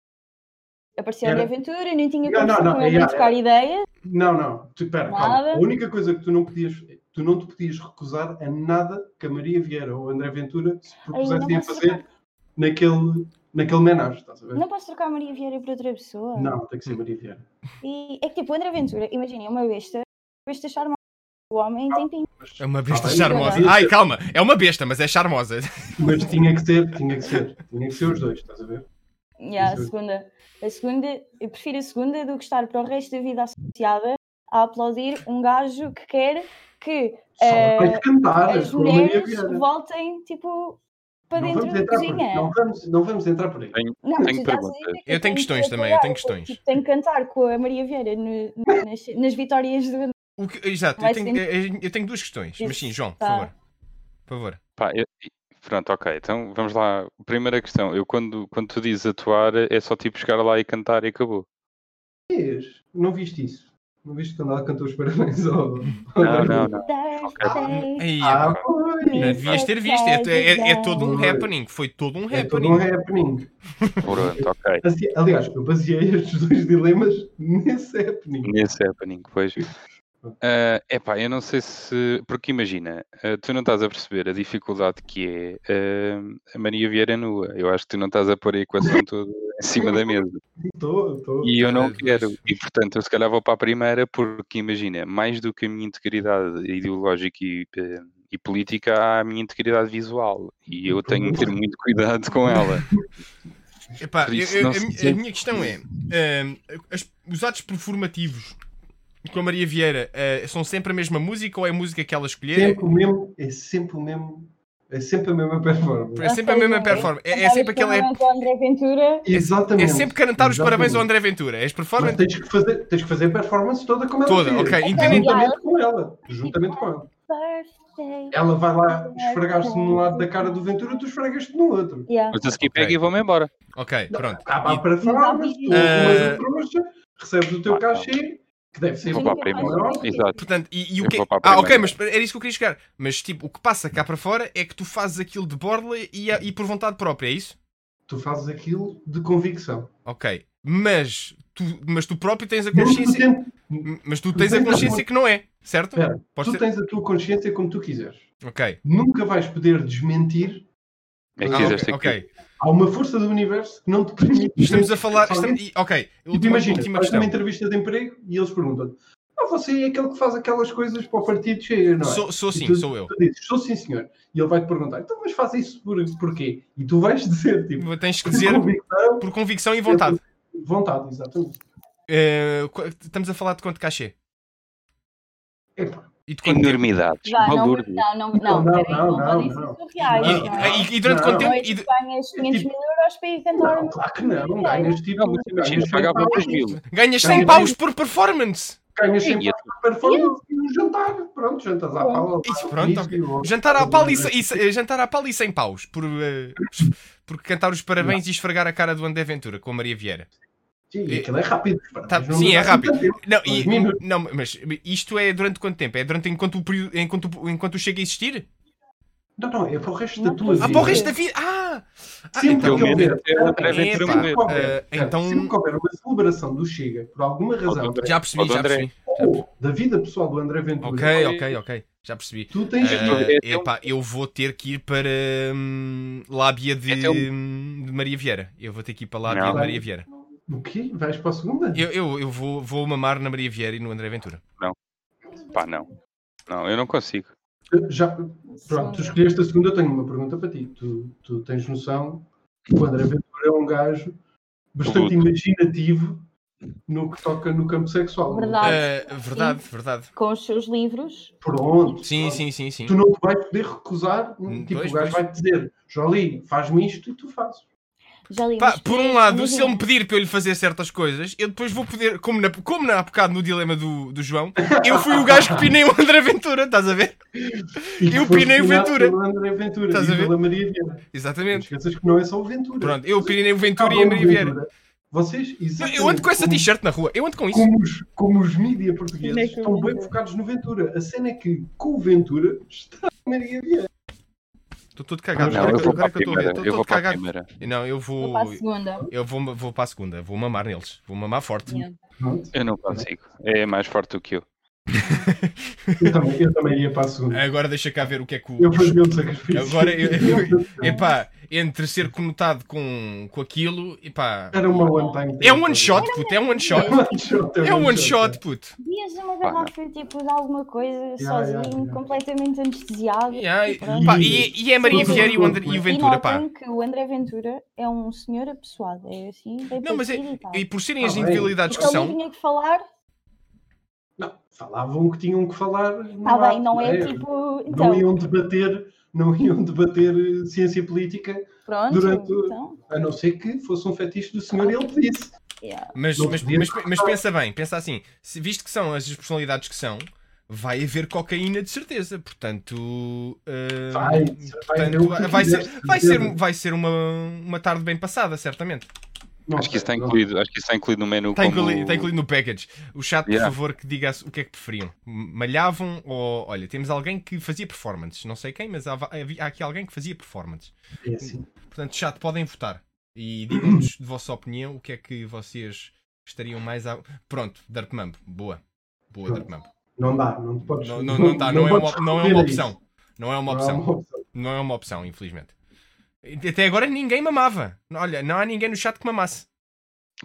E: Apareceu
D: Era.
E: a aventura, nem tinha
D: Não, não, não,
E: conversado com ele
D: é,
E: para
D: é.
E: trocar ideia.
D: Não, não. Tu, pera, calma.
E: Nada.
D: A única coisa que tu não podias, tu não te podias recusar a nada que a Maria Vieira ou o André Ventura se
E: Ai, não,
D: propusessem a
E: posso
D: fazer
E: trocar,
D: naquele, naquele menage, estás a ver?
E: não posso trocar a Maria Vieira por outra pessoa.
D: Não, tem que ser Maria Vieira.
E: E é que tipo, o André Ventura, imagina, é uma besta, besta charmosa. O homem tem pinta.
A: É uma besta
D: Ah, bem,
A: charmosa.
D: podia
A: Ai,
D: ser,
A: calma, é uma besta, mas é charmosa.
D: Mas tinha que ser, tinha que ser. Tinha que ser os dois, estás a ver?
E: Yeah, a
D: Isso.
E: segunda. A segunda, eu prefiro a segunda do que estar para o resto da vida associada a aplaudir um gajo que quer que
D: Só
E: Eh,
D: vai cantar
E: as
D: com a Maria
E: mulheres
D: Vieira.
E: voltem tipo para
D: Não
E: dentro
D: vamos,
E: da
D: entrar por,
E: cozinha.
D: não, vamos, não vamos entrar por aí.
E: Não,
C: Tenho
E: mas tu estás a
C: perguntas.
E: dizer que é
A: Eu tenho
E: que
A: questões também, eu
E: apoiar,
A: tenho questões.
E: Tipo, tenho que cantar com a Maria Vieira no- no- nas, nas vitórias do André.
A: O que- exato, eu
E: Vai
A: tenho, eu- eu tenho duas questões. Mas sim, João, por
E: Tá.
A: favor. Por favor.
C: pá, eu- Pronto, ok. Então vamos lá. Primeira questão. Eu quando, quando tu dizes atuar, é só tipo chegar lá e cantar e acabou.
D: Vês? Não viste isso? Não viste quando ela cantou os parabéns ao.
A: é.
C: Não, não, não.
E: Thursday.
A: Aí,
D: Ah,
A: pá,
D: pois.
A: não devias ter visto. É, é- é todo um
D: Não.
A: happening. Foi todo um
D: É todo um
A: happening.
D: happening.
C: Pronto, ok.
D: Assim, Aliás, eu baseei estes dois dilemas nesse happening.
C: Nesse happening, pois. É epá, eu não sei se. Porque imagina, ah, tu não estás a perceber a dificuldade que é ah, a Maria Vieira nua. Eu acho que tu não estás a pôr a equação toda em cima da mesa.
D: Estou, estou.
C: E eu não
A: Mas-
C: quero. E portanto, eu se calhar vou para a primeira, porque imagina, mais do que a minha integridade ideológica e, eh, e política, há a minha integridade visual. E
A: Uhum.
C: eu tenho que ter muito cuidado com
A: (laughs)
C: ela.
A: Epá,
C: Por isso
A: eu- eu-
C: não
A: a,
C: se
A: mi-
C: dizer-
A: a minha questão é: ahm, as- os atos performativos com a Maria Vieira ah, são sempre a mesma música ou é a música que ela escolher?
D: Sempre o mesmo, é sempre o mesmo, é sempre a mesma performance.
A: É sempre a mesma performance. É, é sempre aquela. É,
E: Com o André Ventura.
D: Exatamente.
A: é sempre cantar os
D: Exatamente.
A: parabéns ao André Ventura. És
D: Mas
A: performance
D: tens que, fazer, tens que fazer a performance toda como ela
A: toda,
D: fez.
A: ok. Independente.
D: Juntamente com ela. Juntamente com ela.
E: Thursday.
D: Ela vai lá esfregar-se num lado da cara do Ventura, tu esfregas-te no outro.
E: Yeah.
C: Mas a seguir
A: Ok.
C: pego e vou-me embora.
A: Ok, pronto.
D: Acaba a
A: E-
D: performance, tu
A: Ah.
D: arrumas a trouxa, recebes o teu
C: Ah, não.
D: cachê, que deve ser
C: Vou
E: Sim,
C: para a
E: eu
C: primeira.
E: acho que-
C: Exato.
A: Portanto, e, e o
C: Eu
A: que...
C: vou para a
A: Ah,
C: primeira.
A: ok, mas era isso que eu queria chegar. Mas tipo, o que passa cá para fora é que tu fazes aquilo de borla e, e por vontade própria, é isso?
D: Tu fazes aquilo de convicção.
A: Ok. Mas tu, mas tu próprio tens a
C: é
D: Mesmo que tu (laughs)
A: consciência.
D: tentes-
A: Mas tu tens a consciência que não é, certo?
D: Espera,
A: Pode
D: tu
A: ser.
D: tens a tua consciência como tu quiseres.
A: Ok.
D: Nunca vais poder desmentir.
C: É que
A: Ah,
C: fizeste
A: ok,
C: aqui.
A: ok.
D: Há uma força do universo que não te permite.
A: Estamos a falar.
D: Se alguém-
A: Estamos, e- ok.
D: E tu
A: Última,
D: imaginas,
A: última
D: fazes uma
A: questão.
D: entrevista de emprego e eles perguntam ah, você é aquele que faz aquelas coisas para o partido cheio, não é?
A: Sou, sou
D: E
A: sim,
D: tu-
A: sou eu.
D: Tu dizes, sou sim senhor. E ele vai-te perguntar, então mas faz isso por, porquê? E tu vais (laughs) dizer, tipo,
A: Tens que
D: "Com
A: dizer
D: convicção,
A: por convicção e vontade.
D: Vontade, exatamente.
A: Eh, qu- estamos a falar de quanto cachê?
D: Epá,
A: E de quanto tempo?
C: Enormidades.
E: Vá, não,
C: Valor.
E: não, não,
D: Não,
E: não,
D: não,
E: peraí,
D: não, não,
E: podem ser
D: não.
E: surreais,
D: Não,
E: não é?
D: não.
A: E, e durante quanto
E: Não
A: tempo?
E: é
A: E
E: que
A: de-
E: ganhas 500
A: tipo-
E: mil euros para ir cantar. um
D: não, claro que não, ganhas tipo.
C: Não, mas imagina,
D: ganhas
C: pagava
D: sempre-
C: 2 mil.
A: ganhas 100 paus por performance.
D: Ganhas
C: Sim,
D: sempre
C: e
D: a performance e um jantar. Pronto, jantas à
E: Pronto.
D: pala.
A: Isso,
D: pá,
A: pronto,
D: isso,
A: ok.
D: e o-
A: Jantar à pala e, ce- e ce- eh, jantar à pala e 100 paus por, eh, por cantar os parabéns e esfregar a cara do André Ventura com a Maria Vieira.
D: Sim, e aquilo é rápido.
A: Tá-
D: pronto, não
A: sim, é
D: dá
A: rápido.
D: tanto tempo.
A: Não, e-
D: Dois minutos.
A: não, mas isto é durante quanto tempo? É durante enquanto o período, enquanto, o- enquanto o chega a existir?
D: Não, não, é para o resto
E: Não
D: da tua vida.
E: precisa.
A: Ah, para o resto da vida! Ah! Ah,
D: Sempre
A: então-
C: Pelo
D: que houver,
C: menos é outra
A: Epá,
C: aventura
A: eh,
C: morrer.
A: eh, então-
D: sempre que houver uma celebração do Chega, por alguma razão,
C: André.
A: Já percebi,
C: Ó,
A: já
C: André.
A: percebi.
D: ou da vida pessoal do André Ventura,
A: Ok, ok, ok. Já percebi.
D: tu tens
C: Eh,
D: que
A: Ah,
C: é tão-
A: epá, eu vou ter que ir para hum, Lábia de,
C: É tão-
A: hum, de Maria Vieira. Eu vou ter que ir para Lábia
C: Não.
A: de Maria Vieira.
D: O quê? Vais para a segunda?
A: Eu, eu, eu vou, vou mamar na Maria Vieira e no André Ventura.
C: Pá, não. Não, eu não consigo.
D: Já, pronto, tu escolheste a segunda, eu tenho uma pergunta para ti. Tu, tu tens noção que o André Ventura é um gajo bastante
C: Bruto.
D: imaginativo no que toca no campo sexual. não é?
E: Verdade.
A: Ah, verdade, verdade.
E: Com os seus livros.
D: Pronto.
A: Sim,
D: pronto.
A: sim, sim, sim.
D: Tu não te vais poder recusar.
A: Hum,
D: Tipo,
A: pois,
D: o gajo
A: pois.
D: vai-te dizer, Jolie, faz-me isto e tu fazes.
E: Já li.
A: Pá,
E: mas-
A: por um lado,
E: imagina,
A: se ele me pedir para eu lhe fazer certas coisas, eu depois vou poder, como na, como na há bocado no dilema do, do João, eu fui o gajo que pinei o André Ventura, estás a ver? E o
D: depois
A: Pinei
D: final,
A: Ventura.
D: o André Ventura
A: Estás
D: e
A: a ver?
D: pela Maria Vieira. Não
A: Exatamente.
D: esqueças que não é só o Ventura.
A: Pronto, eu pinei o Ventura
D: Acabam
A: e a
D: o
A: Maria Vieira.
D: Ventura. Vocês,
A: Não,
D: exatamente,
A: Eu ando com essa
D: como-
A: t-shirt na rua, eu ando com isso.
D: como os, como os mídia portugueses
E: Não é que eu
D: estão bem
E: digo.
D: focados no Ventura. A cena é que com o Ventura está a Maria Vieira.
A: Estou todo cagado.
C: Não,
A: agora
C: eu
A: que-
C: vou para
A: agora
C: a
A: que eu estou a ver,
C: primeira.
A: estou
C: Eu vou
A: todo
C: para a
A: cagado.
C: primeira.
A: Não, eu
E: Vou
A: vou.
E: para a segunda.
A: Eu vou, vou para a segunda, vou mamar neles, vou mamar forte.
E: Yeah.
D: Pronto.
C: Eu não consigo. É mais forte do que eu.
D: Eu também, eu também ia para a segunda.
A: Agora deixa cá ver o que é que o.
D: Eu fazia um sacrifício.
A: Agora eu-
D: (laughs) Eu- um
A: Epá, entre ser conotado com, com aquilo, epá.
D: Era uma one time.
A: É um one shot, puto, é um one shot.
D: É um one shot.
A: É um one shot, puto.
E: Dias uma
C: Pá, não.
E: garrafa tipo de alguma coisa
D: Yeah,
E: sozinho,
D: yeah, yeah.
E: completamente anestesiado.
A: Yeah, e,
E: pronto.
A: pá, e, e é a Maria Vieira e o, André, e o
E: E
A: Ventura, pá.
E: notem que o André Ventura é um senhor apessoado, é assim, bem
A: Não, Então, mas é,
E: parecido e tal.
A: e por serem
C: Tá
D: Ah,
A: as
D: bem.
A: individualidades que
E: Porque ele
A: são,
E: tinha que falar, tá
D: Não, falavam o que tinham que falar. no
E: está bem,
D: ato,
E: não é tipo. Então,
D: Não iam debater, não iam debater eh, ciência política,
E: pronto,
D: durante o-
E: então.
D: a não ser que fosse um fetiche do senhor e ele pedisse.
E: yeah.
A: mas,
D: Não
A: mas,
D: podia.
A: mas, mas pensa bem, pensa assim, se, visto que são as personalidades que são, vai haver cocaína de certeza, portanto. hum,
D: Vai, vai,
A: portanto,
D: ver o que
A: vai
D: quiser,
A: ser, vai ser, um-
D: certeza.
A: vai ser uma, uma tarde bem passada, certamente.
D: Não
C: Acho que isso está
D: sei, não
C: incluído, acho que isso está incluído no menu.
A: Está
C: como-
A: incluído, está incluído no package. O chat, por
C: Yeah.
A: favor, que diga o que é que preferiam. Malhavam ou. Olha, temos alguém que fazia performances. Não sei quem, mas há, va- havia- há aqui alguém que fazia performances.
D: sei. É assim.
A: Portanto, chat, podem votar. E digam-nos de vossa opinião o que é que vocês estariam mais a. Pronto, Dark Mambo. Boa. Boa, Dark Mambo.
D: Não dá, não te podes.
A: Não, não, não, tá, não, é
D: podes
A: uma, não é
D: responder
A: uma
D: a isso.
A: opção. Não é uma
D: Não é
A: opção.
D: uma opção.
A: Não é uma opção, infelizmente. Até agora ninguém mamava. Olha, não há ninguém no chat que mamasse.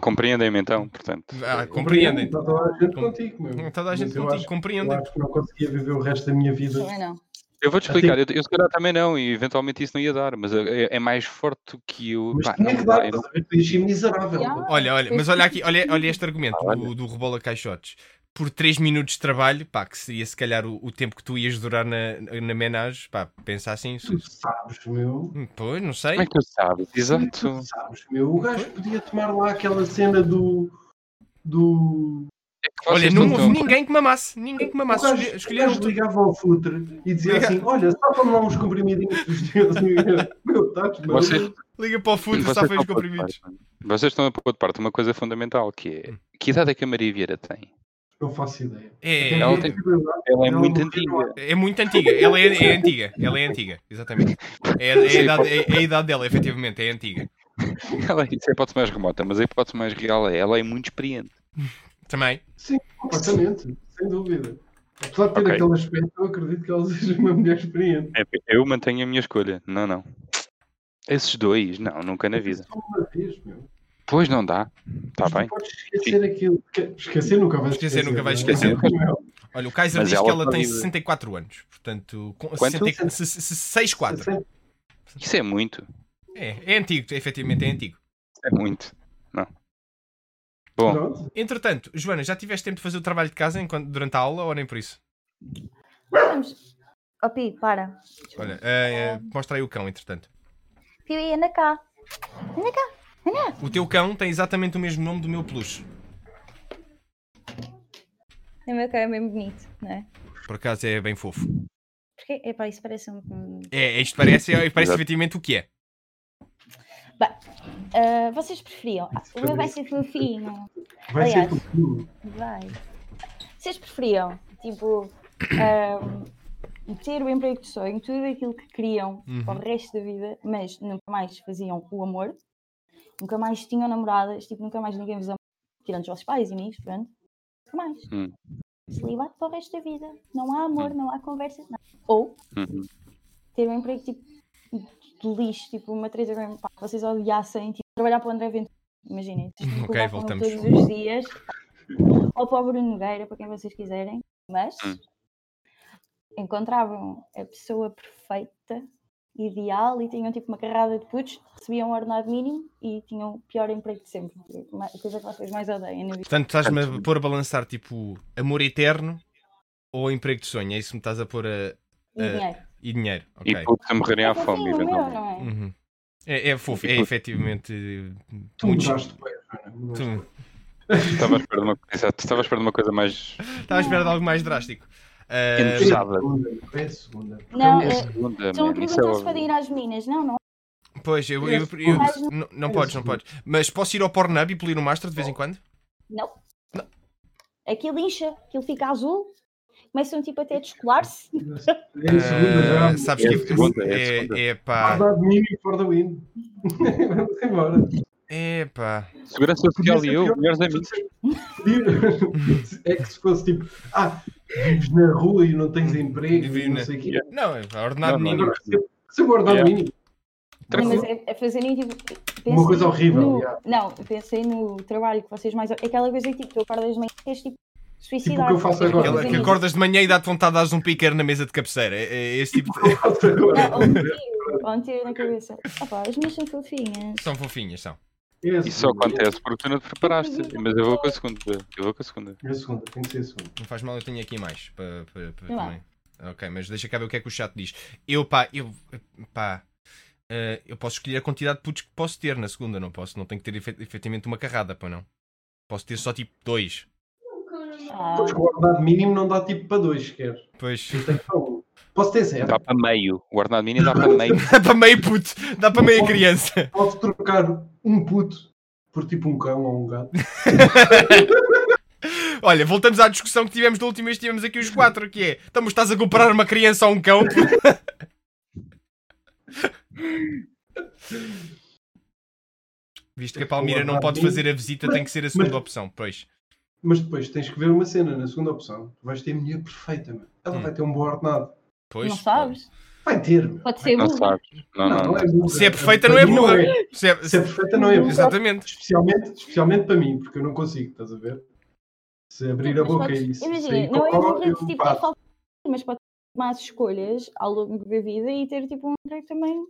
C: Compreendem-me então, portanto.
A: Ah, compreendem.
D: Está toda a gente
A: Com- Então
D: contigo, meu.
A: Toda a gente
D: Mas eu
A: contigo,
D: acho- Eu
A: compreendem.
D: acho que não conseguia viver o resto da minha vida.
E: Também não.
C: Eu vou-te explicar, eu, eu se calhar também não, e eventualmente isso não ia dar, mas é, é mais forte do que eu.
D: Mas
C: Pá,
D: tinha
C: não
D: que
C: dá,
D: dar,
C: eu não-
D: estás a ver? Tu ias ser miserável.
E: Yeah.
D: pá.
A: Olha, olha, mas olha aqui, olha, olha este argumento
C: Ah,
A: do, do Rebola Caixotes. Por 3 minutos de trabalho, pá, que seria se calhar o, o tempo que tu ias durar na, na menage, pá, pensa assim. se-
D: Tu sabes, meu.
A: Hum, Pois, não sei.
C: Como é que tu sabes? Exato.
D: Tu sabes, meu. O gajo podia tomar lá aquela cena do. do.
C: É que
A: Olha,
C: vocês
A: não
C: estão-
A: houve ninguém que mamasse, ninguém que
D: O
A: mamasse.
D: gajo,
A: Escolhe-
D: o
A: Escolheram
D: gajo
A: tu.
D: ligava ao futre e dizia
A: Liga-
D: assim: Olha, salva-me lá uns comprimidinhos dos teus. E eu, Meu, (laughs) estás mal.
C: Vocês-
A: Liga para o fundo,
C: Vocês
A: só fez os
C: estão a pôr de
A: comprimidos.
C: parte, mano. Vocês estão a pôr de parte uma coisa fundamental que é. Que idade é que a Maria Vieira tem?
D: Não faço ideia.
A: É,
C: Ela
D: Não
C: tem-
A: é,
D: tenho liberdade.
C: Ela é
D: Não,
C: muito
D: não tem
C: antiga.
A: é muito antiga, ela é, é antiga, ela é antiga, exatamente. É, é a idade, é- é a idade dela, efetivamente, é antiga.
C: Ela, isso é a hipótese mais remota, mas a hipótese mais real é ela é muito experiente.
A: Também.
D: Completamente, sem dúvida. Apesar de ter
C: Ok.
D: aquele aspecto, eu acredito que ela seja uma mulher experiente.
C: É, Eu mantenho a minha escolha. Não, não. Esses dois, não, nunca na vida.
D: Só uma vez, meu.
C: Pois não dá. Está
D: Mas tu
C: Tá bem.
D: Podes esquecer aquilo. Que- Esquecer nunca vais
A: Esquecer
D: esquecer.
A: nunca vais
D: não é?
A: esquecer.
D: Não,
A: Olha, o Kaiser
C: Mas
A: diz
C: ela
A: que ela
C: está
A: tem
C: viva.
A: 64 anos, portanto, com
C: Quanto?
A: 60 se- se- 64.
D: não.
C: Isso é muito.
A: É, é antigo, efetivamente é antigo.
C: É muito. Não. Bom,
D: Pronto.
A: Entretanto, Joana, já tiveste tempo de fazer o trabalho de casa enquanto, durante a aula ou nem por isso?
E: Vamos. Oh, Pi, para.
A: Olha, eh, eh, mostra aí o cão, entretanto.
E: Pi, anda cá. Anda cá.
A: O teu cão tem exatamente o mesmo nome do meu peluche.
E: O meu cara é bem bonito, não é?
A: Por acaso é bem fofo.
E: Porque, epá, isso parece um. um-
A: É, isto parece, é- parece
C: Exato.
A: efetivamente o que é.
E: Bem, ah, vocês preferiam. Ah, o meu vai ser fofinho.
D: Vai ser
E: Aliás.
D: contigo.
E: Vai. Vocês preferiam, tipo, ahm, ter o emprego de sonho, tudo aquilo que queriam
A: Uhum.
E: para o resto da vida, mas nunca mais faziam o amor, nunca mais tinham namoradas, tipo, nunca mais ninguém vos amava, tirando os vossos pais e amigos, pronto. Nunca mais.
C: Hum.
E: Celibato para o resto da vida. Não há amor, não há conversas, nada. Ou
C: uhum.
E: ter um emprego tipo de lixo, tipo uma treta mesmo, pá, que vocês odiassem, tipo, trabalhar para o André Ventura, imaginem, tipo, vocês têm que
A: Ok,
E: levar com ele
A: voltamos.
E: todos os dias, ou para o Bruno Nogueira, para quem vocês quiserem, mas
C: Hum.
E: encontravam a pessoa perfeita, ideal, e tinham tipo uma carrada de putos, recebiam um ordenado mínimo e tinham o pior emprego de sempre, a coisa que vocês mais odeiam na vida.
A: Portanto, estás-me a pôr a balançar tipo amor eterno ou emprego de sonho. É isso que me estás a pôr a.
E: E
A: Eh,
E: dinheiro.
A: e dinheiro.
C: E
A: Ok.
C: putos a morrerem
E: É
C: à
E: fofinho
C: fome,
E: o meu,
C: eventualmente.
E: não é?
A: Uhum. É, é fofo, é efetivamente eh,
D: Tu
A: muito.
D: mudaste de coisa, Joana, mudaste de
A: Tu-
C: Estava à espera de uma coisa, estava à espera de uma coisa mais.
A: Estava à espera de algo mais drástico. Ah,
C: Quem
D: coisa.
C: sabe?
D: É a segunda, é a segunda.
E: Não,
C: É
E: é-
C: segunda,
E: Estão a
C: man, isso é
E: perguntar se
C: óbvio.
E: podem ir às meninas. Não, não.
A: pois, eu, eu- eu-
D: Esse-
A: não- não, podes, não podes. Mas posso ir ao Pornhub e polir o Master de vez em quando?
E: Não. Aquilo incha, aquilo fica azul. Começam tipo até a descolar-se.
D: É a segunda,
A: Ah,
D: já.
A: sabes
C: É
A: que
C: a segunda, é a
A: é,
C: segunda.
A: é pá,
D: Guardado mínimo for the win. (laughs) Vamos embora.
A: é pá.
C: Segurança
D: Podia
C: Social
D: ser
C: e eu,
D: pior.
C: melhores amigos.
D: É que se fosse tipo, ah, vives na rua e não tens emprego
A: Vivi
D: e não
A: Hum, na-
D: sei o quê.
C: Yeah.
A: Não, é ordenado
C: Não, não,
A: mínimo.
D: Agora, se- Se eu guardar
C: Yeah.
D: mínimo,
E: Não, mas
C: Tranquilo.
E: é, é fazerem tipo.
D: Uma coisa
E: pensem
D: horrível,
E: no-
D: yeah.
E: Não, pensei no trabalho que vocês mais. É aquela coisa que tipo, tu acordas de manhã e tens tipo. Suicidar.
D: Tipo o que eu faço agora.
A: Aquela
D: Sim.
A: é que acordas de manhã e dá-te vontade de dares um piqueiro na mesa de cabeceira. É, é esse tipo
D: (laughs)
A: de...
D: faço agora.
E: Não, ou um tiro, ou um tiro na cabeça. Opa, as minhas são fofinhas.
A: São fofinhas, são.
D: É a
C: Isso só
D: segunda,
C: acontece porque tu não te preparaste. Mas eu vou com a segunda. Eu vou com a segunda.
D: É a segunda, tem que ser a segunda.
A: Não faz mal, eu tenho aqui mais. Para, para, para
E: Vai lá.
A: também. Ok, mas deixa cá ver o que é que o chat diz. Eu, pá, eu, pá, eh, eu posso escolher a quantidade de putos que posso ter na segunda, não posso? Não tenho que ter efet- efetivamente uma carrada, pá, não? Posso ter só tipo dois.
E: Ah,
D: Porque o guardado mínimo não dá tipo para dois, quer.
A: Pois. (laughs)
D: Tem que para um. Posso ter zero.
C: Dá para meio. O ordenado mínimo dá para meio.
A: Dá para meio puto, dá para meia criança.
D: Posso trocar um puto por tipo um cão ou um gato.
A: Olha, voltamos à discussão que tivemos da última vez, tivemos aqui os quatro, que é, estamos estás a comparar uma criança a um cão? Visto que a Palmira não pode fazer a visita, tem que ser a segunda opção, pois.
D: Mas depois tens que ver uma cena na segunda opção. Tu vais ter a mulher perfeita, mano. Ela
A: Hum.
D: vai ter um bom ordenado.
A: Pois.
E: não sabes?
D: Vai ter, meu.
E: Pode ser
C: Não
E: burro.
C: sabes. Não, não, não.
D: é burra.
A: Se é perfeita, não é burra. Se é-
D: Se é perfeita, não é burra.
A: Exatamente.
D: Especialmente, especialmente para mim, porque eu não consigo, estás a ver? Se abrir a
E: Mas
D: boca
E: podes-
D: e isso.
E: Imagina, não é burro, tipo, é falta mas pode ter más escolhas ao longo da vida e ter tipo um emprego também.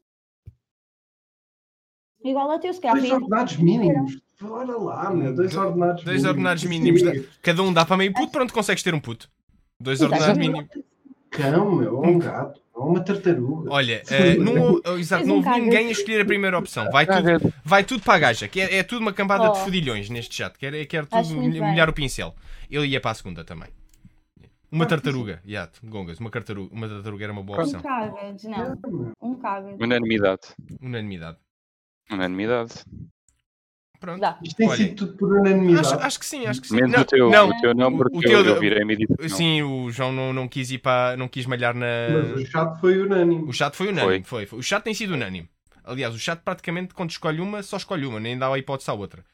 E: Igual a teu, se calhar.
D: Dois
E: foi-
D: ordenados mínimos. Olha lá, meu. Dois ordenados
A: Dois ordenados mínimos.
D: mínimos.
A: dá- Cada um dá para meio puto, pronto, consegues ter um puto. Dois ordenados
E: Exatamente.
A: mínimos.
D: Cão, meu. Ou um gato. Ou uma tartaruga.
A: Olha, eh, não, oh, exato,
E: Mas
A: não
E: um
A: houve
E: caga.
A: ninguém a escolher a primeira opção. Vai tudo, vai tudo para a gaja, que é, é tudo uma cambada de
E: Oh.
A: fodilhões neste chat. Quero, quero
E: Acho
A: tudo
E: muito
A: molh-
E: bem.
A: molhar o pincel. Eu ia para a segunda também. Uma tartaruga, yeah, gongas, uma tartaruga, uma tartaruga era uma boa
E: Um
A: opção.
E: cagas, não.
D: É, meu.
E: Um cagas.
C: Unanimidade.
A: Unanimidade.
C: Unanimidade.
A: Pronto.
E: Dá.
D: Isto tem
A: Olha,
D: sido tudo por unanimidade.
A: Acho, acho que sim, acho que sim.
C: Menos
A: Não,
C: o teu.
A: não,
C: o teu não,
A: o-
C: porque
A: o teu
C: eu,
A: de-
C: eu virei-me e disse. que não.
A: sim, o João não, não quis ir para. não quis malhar na.
D: Mas o chato foi unânime.
A: O chat foi unânime, foi. foi. O chat tem sido unânime. Aliás, o chat praticamente quando escolhe uma, só escolhe uma, nem dá a hipótese à outra.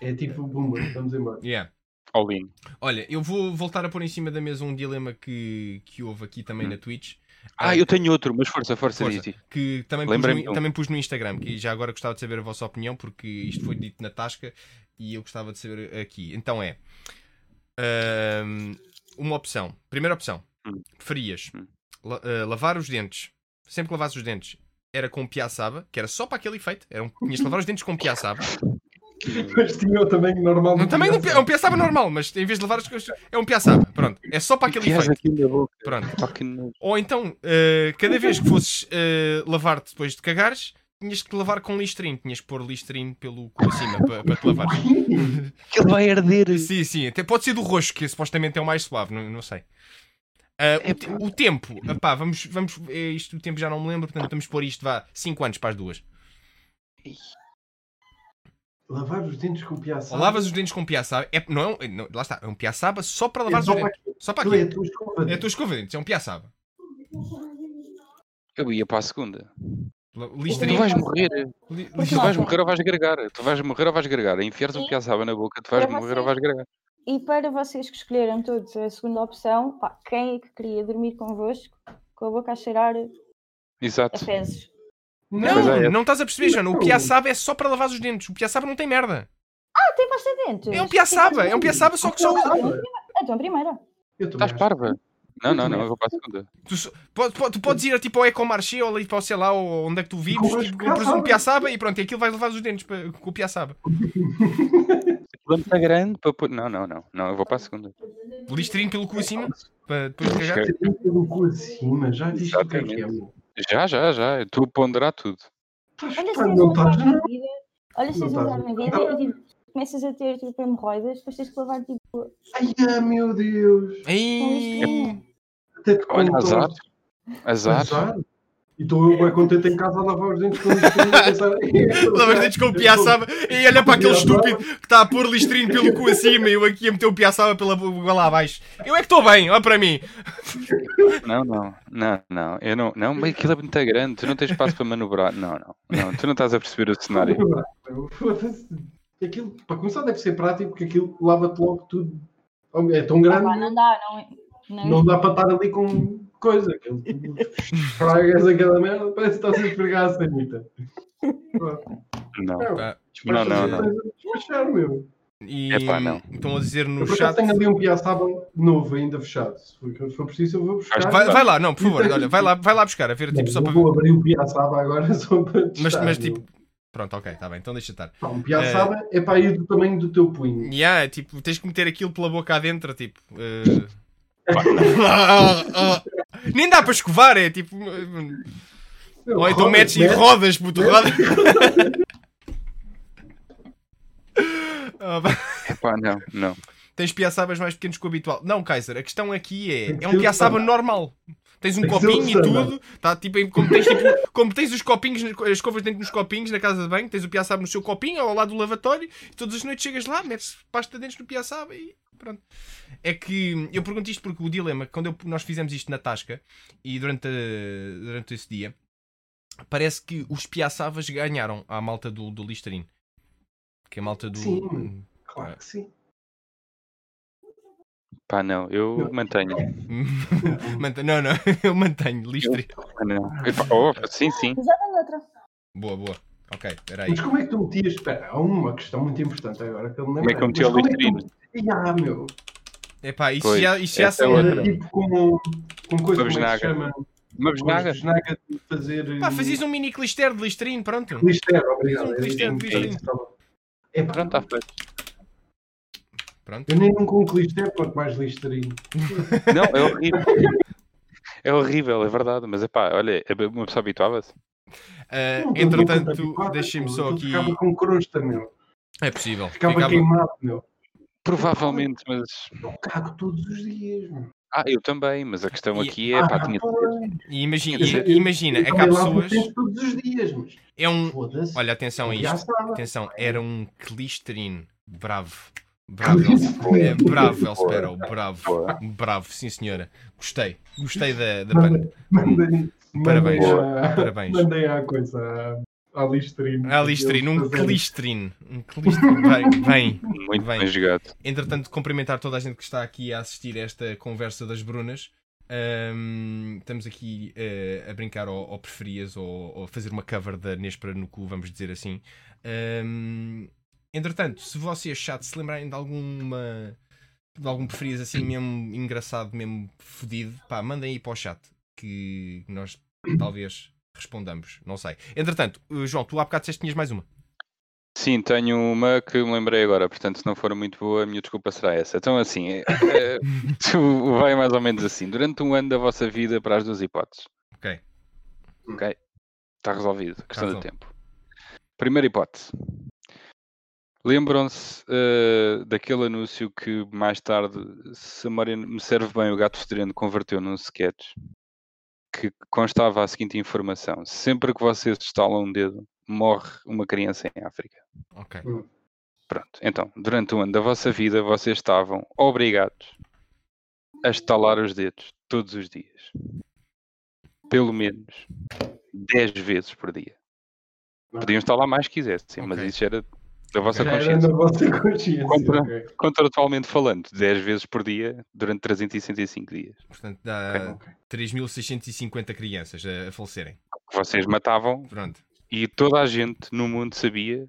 D: É tipo, bumba, vamos
A: (laughs)
D: embora.
A: Yeah.
C: All in.
A: Olha, eu vou voltar a pôr em cima da mesa um dilema que, que houve aqui também
C: Hum.
A: na Twitch.
C: Ah, eu tenho outro, mas força, força,
A: Força.
C: Diti.
A: que também pus,
C: Lembrei-me de
A: no,
C: um.
A: também pus no Instagram, que já agora gostava de saber a vossa opinião, porque isto foi dito na Tasca e eu gostava de saber aqui. Então é ahm, uma opção. Primeira opção:
C: Hum.
A: preferias
C: Hum.
A: la- ah, lavar os dentes, sempre que lavasses os dentes, era com piaçaba, que era só para aquele efeito. Era um, tinhas de lavar os dentes com
C: (laughs)
A: piaçaba.
D: Mas tinha o tamanho normal.
A: Não,
D: do
A: também não-
D: criança.
A: é um piaçaba normal, mas em vez de lavar as coisas, é um piaçaba. Pronto, é só para aquele
C: Enfias
A: efeito.
C: aquilo na boca.
A: Pronto.
C: Pá, que nojo.
A: Ou então, eh, cada vez que fosses eh, lavar-te depois de cagares, tinhas que te lavar com listrinho. Tinhas que pôr listrinho pelo cu acima para te
D: (laughs)
A: lavares.
C: Aquilo vai arder.
A: Sim, sim. Até pode ser do roxo, que supostamente é o mais suave. Não, não sei. Ah,
D: É
A: o te- o, tempo. Epá, vamos, vamos, é isto, o tempo já não me lembro. Portanto, vamos pôr isto, vá, 5 anos para as duas.
D: Lavar os dentes com
A: Ou
D: piaçaba.
A: lavas os dentes com piaçaba. É, não é um, é- não, lá está. É um piaçaba só para lavar
D: é
A: os
D: só para
A: dentes.
D: aquilo.
A: Só para
D: Aquilo é
A: aqui.
D: a tua escova.
A: É a tua escova de dentes. É um piaçaba.
C: Eu ia para a segunda.
A: La-
C: Tu
A: Listrinho.
C: vais morrer.
A: li-
C: Tu
A: listrinho.
C: vais morrer ou vais gregar. Tu vais morrer ou vais gregar. Enfiares um
E: Sim.
C: piaçaba na boca, tu vais
E: Para
C: morrer
E: vocês.
C: ou vais gregar.
E: E para vocês que escolheram todos a segunda opção, pá, quem é que queria dormir convosco com a boca a cheirar a
C: Exato.
E: fezes?
A: Não,
C: Pois é, é.
A: não estás a perceber, Joana. O
D: Não.
A: piaçaba é só para lavar os dentes. O piaçaba não tem merda.
E: Ah, tem pasta de dentes!
A: É um piaçaba, é um piaçaba só que só usa.
D: Piaçaba.
E: Então, primeiro,
D: Eu também
C: Estás
D: acho.
C: parva? Não, não, não,
D: Também.
C: eu vou para a segunda.
A: Tu, só- po- po- tu podes ir tipo, ao Ecomarché ou ali para o sei lá ou onde é que tu vives,
D: Compras
A: tipo,
D: piaçaba.
A: compras um piaçaba e pronto, e aquilo vais levar os dentes para- com o piaçaba.
C: Aquilo é muito grande para pôr. Não, não, não, não, eu vou para a segunda.
A: Listrinho pelo cu acima, para depois cagar.
C: Ok.
D: Você tem que ter o cu acima, já viste o que é que é,
C: Exatamente.
D: meu.
C: Já, já, já. Tu ponderar tudo.
E: Olha se
D: Pá,
E: tens
D: Ah, não
E: uma
D: estás,
E: fase na
D: não.
E: vida, olha se tens
D: Não
E: uma
D: estás.
E: fase na vida e tipo, começas a ter tipo hemorroidas, depois tens que lavar tipo um
D: Ai, ah, meu Deus.
E: com
A: Ei,
D: é.
E: isto.
D: Até te
C: Olha,
D: contou.
C: azar. Azar.
D: Azar. E estou Então eu é bem contente em casa a lavar os dentes com listrinho e pensar...
A: (laughs) Lava os dentes com o piaçaba e olha para aquele estúpido que está a pôr listrino pelo cu acima e eu aqui a meter o piaçaba pela goela lá abaixo. Eu é que estou bem, olha para mim.
C: Não, não, não, não. Eu não, não, mas aquilo é muito grande, tu não tens espaço para manobrar. Não, não, não, tu não estás a perceber o cenário.
D: Foda-se. Aquilo, para começar, deve ser prático, porque aquilo lava-te logo tudo. Homem, É tão
E: Ah, pá,
D: grande,
E: não dá, não, é não,
D: não dá para estar ali com coisa. Aquilo- Esfregas aquela merda, parece que estás a esfregar a sanita.
C: Não,
A: Pá,
C: não, não, não.
D: Fechar, meu.
A: E
C: Epá, não.
A: estão a dizer
D: Eu
A: no
D: por
A: chat.
D: acaso tenho ali um piaçaba novo ainda fechado. Se for se for preciso, eu vou buscar.
A: Vai, vai lá, não, por favor, olha, vai lá, vai lá buscar, a ver, tipo, só
D: eu
A: para ver.
D: vou abrir o piaçaba agora (laughs) só para
A: Mas,
D: testar,
A: mas
D: meu.
A: tipo, pronto, ok, está bem, então deixa estar.
D: Pá, um piaçaba é para ir do tamanho do teu punho.
A: Yeah, tipo, tens que meter aquilo pela boca adentro, tipo. eh, (laughs)
C: Pá,
A: Nem dá para escovar, é tipo. Ou então
D: Roda,
A: metes e
D: mete.
A: rodas, puto,
D: Mete.
A: (laughs) rodas. Ah, pá.
C: pá, não, não.
A: Tens piaçabas mais pequenos que o habitual. Não, Kaiser, a questão aqui é.
D: Tem que
A: É
D: ser
A: um
D: o
A: piaçaba
D: standard.
A: normal. Tens um
D: Tem que ser o
A: copinho e
D: standard.
A: tudo. Tá, tipo, em- como, tens, tipo, como tens os copinhos, na- as escovas dentro nos copinhos na casa de banho, tens o piaçaba no seu copinho ao lado do lavatório e todas as noites chegas lá, metes pasta de dentes no piaçaba e pronto. É que eu pergunto isto porque o dilema, quando eu- nós fizemos isto na Tasca e durante, a- durante esse dia, parece que os piaçavas ganharam à malta do, do Listerine. Que é a malta do.
D: Sim. Claro que sim.
C: Pá, não, eu
D: Não.
C: mantenho.
A: (laughs) Manta- Não, (laughs) não, eu mantenho, listre.
C: Pá, não. Epá, oh, sim, sim.
E: Já tem outra.
A: Boa, boa. Ok, peraí.
D: Mas como é que tu metias? Espera, há uma questão muito importante agora que eu me
C: Como
D: lembro.
C: é que eu meti ao litrino?
D: Ah, meu.
A: Epá, isso
C: Pois,
A: já, isso já
C: essa é
A: são.
D: Era
C: outra.
D: tipo com, com coisa
C: Uma
D: como é que se
C: bisnaga.
D: chama?
C: Uma
D: Uma
C: besnaga?
D: bisnaga de fazer.
A: Pá, fazias um mini clister de listrine, pronto.
D: Listero, obrigado. é
A: Um
D: era isso
A: clister,
D: que eu
A: clister.
D: disse, tá bom. É pá,
C: Pronto, tá. está feito.
A: Pronto.
D: eu nem nunca um clister, quanto mais listerino.
C: Não, é horrível. É horrível, é verdade, mas é pá, olha, uma pessoa habituava-se.
A: Ah,
D: Não, eu
A: entretanto,
D: nunca me
A: deixem-me
D: habituava,
A: só
D: aquilo
A: aqui.
D: Ficava com crosta, meu.
A: É possível.
D: Ficava,
A: Ficava-
D: queimado, meu.
C: Provavelmente, mas.
D: Eu cago todos os dias, meu.
C: Ah, eu também, mas a questão
A: E-
C: aqui é, pá,
D: Ah,
C: tinha de
D: pois.
C: ser.
A: E imagina,
D: Quer dizer,
A: e- imagina
D: eu
A: é que há
D: também lavo os
A: pessoas.
D: dentes todos os dias, mas
A: É um.
D: foda-se.
A: Olha, atenção a
D: Já
A: isto.
D: sabe.
A: Atenção, era um clisterine. Bravo. Bravo,
D: (laughs)
A: El- é, bravo, El Sparrow, Bravo.
C: Boa.
A: Bravo, sim senhora. Gostei. Gostei da, da pan-
D: Mandei- mandei-
A: hum, Parabéns.
D: mandei a-
A: Parabéns.
D: Mandei a coisa à, à Listerine.
A: Ah, listrine, um
D: Fazer-
A: clisterine. Um clisterine. Bem, bem.
C: Muito
A: Bem.
C: bem jogado.
A: entretanto, cumprimentar toda a gente que está aqui a assistir a esta conversa das Brunas. Ahm, estamos aqui eh, a brincar ou, preferias ou, ou a fazer uma cover da Nespera no cu, vamos dizer assim. Ahm, entretanto, se vocês chat se lembrarem de alguma de algum preferias assim mesmo engraçado, mesmo fodido, pá, mandem aí para o chat que nós talvez respondamos, não sei. Entretanto, eh, João, tu há bocado disseste que tinhas mais uma.
C: Sim, tenho uma que me lembrei agora, portanto, se não for muito boa, a minha desculpa será essa. Então, assim, é-
A: (laughs)
C: é- tu vai mais ou menos assim. Durante um ano da vossa vida, para as duas hipóteses.
A: Ok.
C: Ok. Está resolvido. Questão de
A: resolvido.
C: tempo. Primeira hipótese. Lembram-se eh, daquele anúncio que mais tarde, se a memória me serve bem, o gato fedorento converteu num sketch que constava a seguinte informação: sempre que vocês estalam um dedo, morre uma criança em África.
A: Ok.
C: Pronto, então, durante um ano da vossa vida, vocês estavam obrigados a estalar os dedos todos os dias. Pelo menos 10 vezes por dia. Podiam estalar mais que quisessem, mas
A: Ok.
C: isso era da vossa
D: Já era
C: consciência.
D: na vossa consciência.
C: Contra-
D: ok.
C: Contratualmente falando, 10 vezes por dia durante 365 dias.
A: Portanto, dá
C: Ok,
A: 3.650 crianças a- a falecerem.
C: Que vocês matavam
A: Pronto.
C: e toda a gente no mundo sabia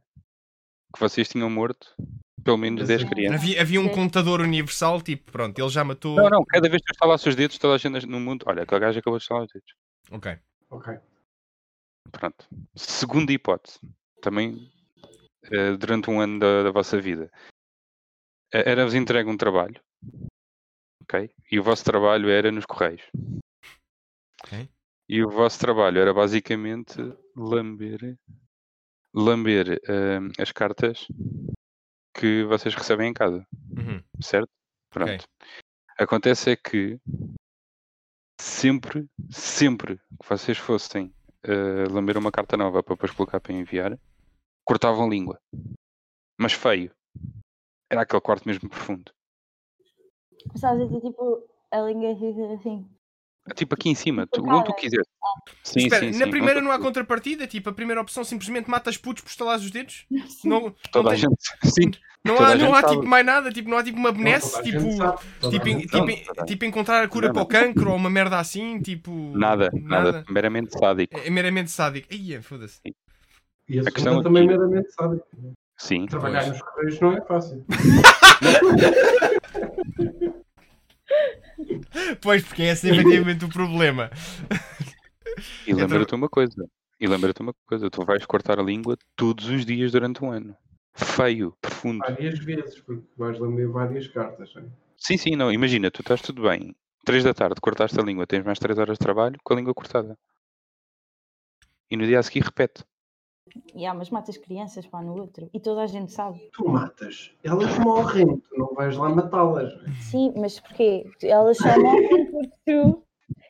C: que vocês tinham morto pelo menos 10
D: Sim.
C: crianças.
A: Havia, havia um
E: Sim.
A: contador universal, tipo, pronto, ele já matou.
C: Não, não, cada vez que eu estalasse os dedos, toda a gente no mundo. Olha, aquele gajo acabou de estalar os dedos.
A: Ok.
D: Ok.
C: Pronto. Segunda hipótese, também eh, durante um ano da, da vossa vida. Eh, Era-vos entregue um trabalho, ok? E o vosso trabalho era nos Correios.
A: Ok.
C: E o vosso trabalho era basicamente lamber, lamber hum, as cartas que vocês recebem em casa,
A: Uhum.
C: certo? Pronto. Acontece é que sempre, sempre que vocês fossem eh, lamber uma carta nova para depois colocar para enviar, cortavam língua. Mas feio. Era aquele corte mesmo profundo.
E: Começavas a dizer tipo a língua (laughs) assim.
C: Tipo aqui em cima, tu, onde tu
E: Cortada.
C: quiseres. Sim,
A: Espera,
C: sim,
A: na
C: sim,
A: primeira
C: onde
A: não há
C: tu-
A: contrapartida? Tipo, a primeira opção simplesmente matas putos por estalares os dedos?
E: Sim.
A: Não, não,
C: Toda a
A: tem-
C: gente. (laughs) Sim,
A: não
C: toda
A: há,
C: a
A: não
C: gente
A: há
C: sabe.
A: tipo mais nada? Tipo, não há tipo uma benesse?
D: Toda a gente
A: Tipo,
D: sabe, toda a
A: tipo,
D: gente
A: tipo,
C: sabe.
A: tipo, tipo encontrar a cura
C: Não,
A: para o
C: não.
A: cancro ou uma merda assim? Tipo,
C: nada, nada, Meramente sádico.
A: É é meramente sádico. Ia, foda-se.
D: E a,
C: A
D: segunda
C: questão aqui-
D: também é meramente sabe.
C: Sim.
D: Trabalhar
A: Pois.
D: nos correios não é fácil.
A: Pois, porque esse é efetivamente o problema.
C: E lembra-te uma coisa. E lembra-te uma coisa. Tu vais cortar a língua todos os dias durante um ano. Feio, profundo.
D: Várias vezes, porque vais lamber várias cartas. não é?
C: Sim, sim, não. Imagina, tu estás tudo bem. Três da tarde, cortaste a língua, tens mais três horas de trabalho com a língua cortada. E no dia a seguir repete.
E: E há, mas matas crianças pá no outro. E toda a gente sabe.
D: Tu matas. Elas morrem, tu não vais lá matá-las. não é?
E: Sim, mas porquê? Elas só morrem porque tu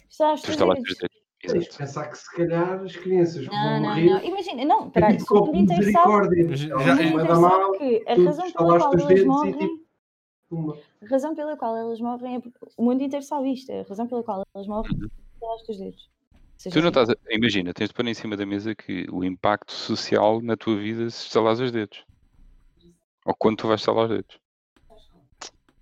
E: estás
C: Tu está lá a
E: fazer.
C: dizer.
D: Tens de
C: Exato.
D: pensar que se calhar as crianças
E: Não,
D: vão
E: não,
D: morrer.
E: não. Imagina, não,
D: Tipo,
E: peraí, se o
D: copo de
E: Peter sabe,
D: misericórdia. é
A: Mas já-
D: Ela
E: o
A: Não
D: vai
E: Peter
D: dar mal,
E: sabe que a
D: tu
E: razão pela
D: estalaste
E: qual
D: os
E: elas
D: dedos e
E: morrem
D: tipo, uma.
E: A razão pela qual elas morrem é porque o mundo inteiro sabe isto. A razão pela qual elas morrem
C: Uhum.
E: é pelas teus dedos. Ou seja,
C: Tu não estás a... Imagina, tens de pôr em cima da mesa que o impacto social na tua vida se estalares os dedos. Ou quando tu vais estalar os dedos.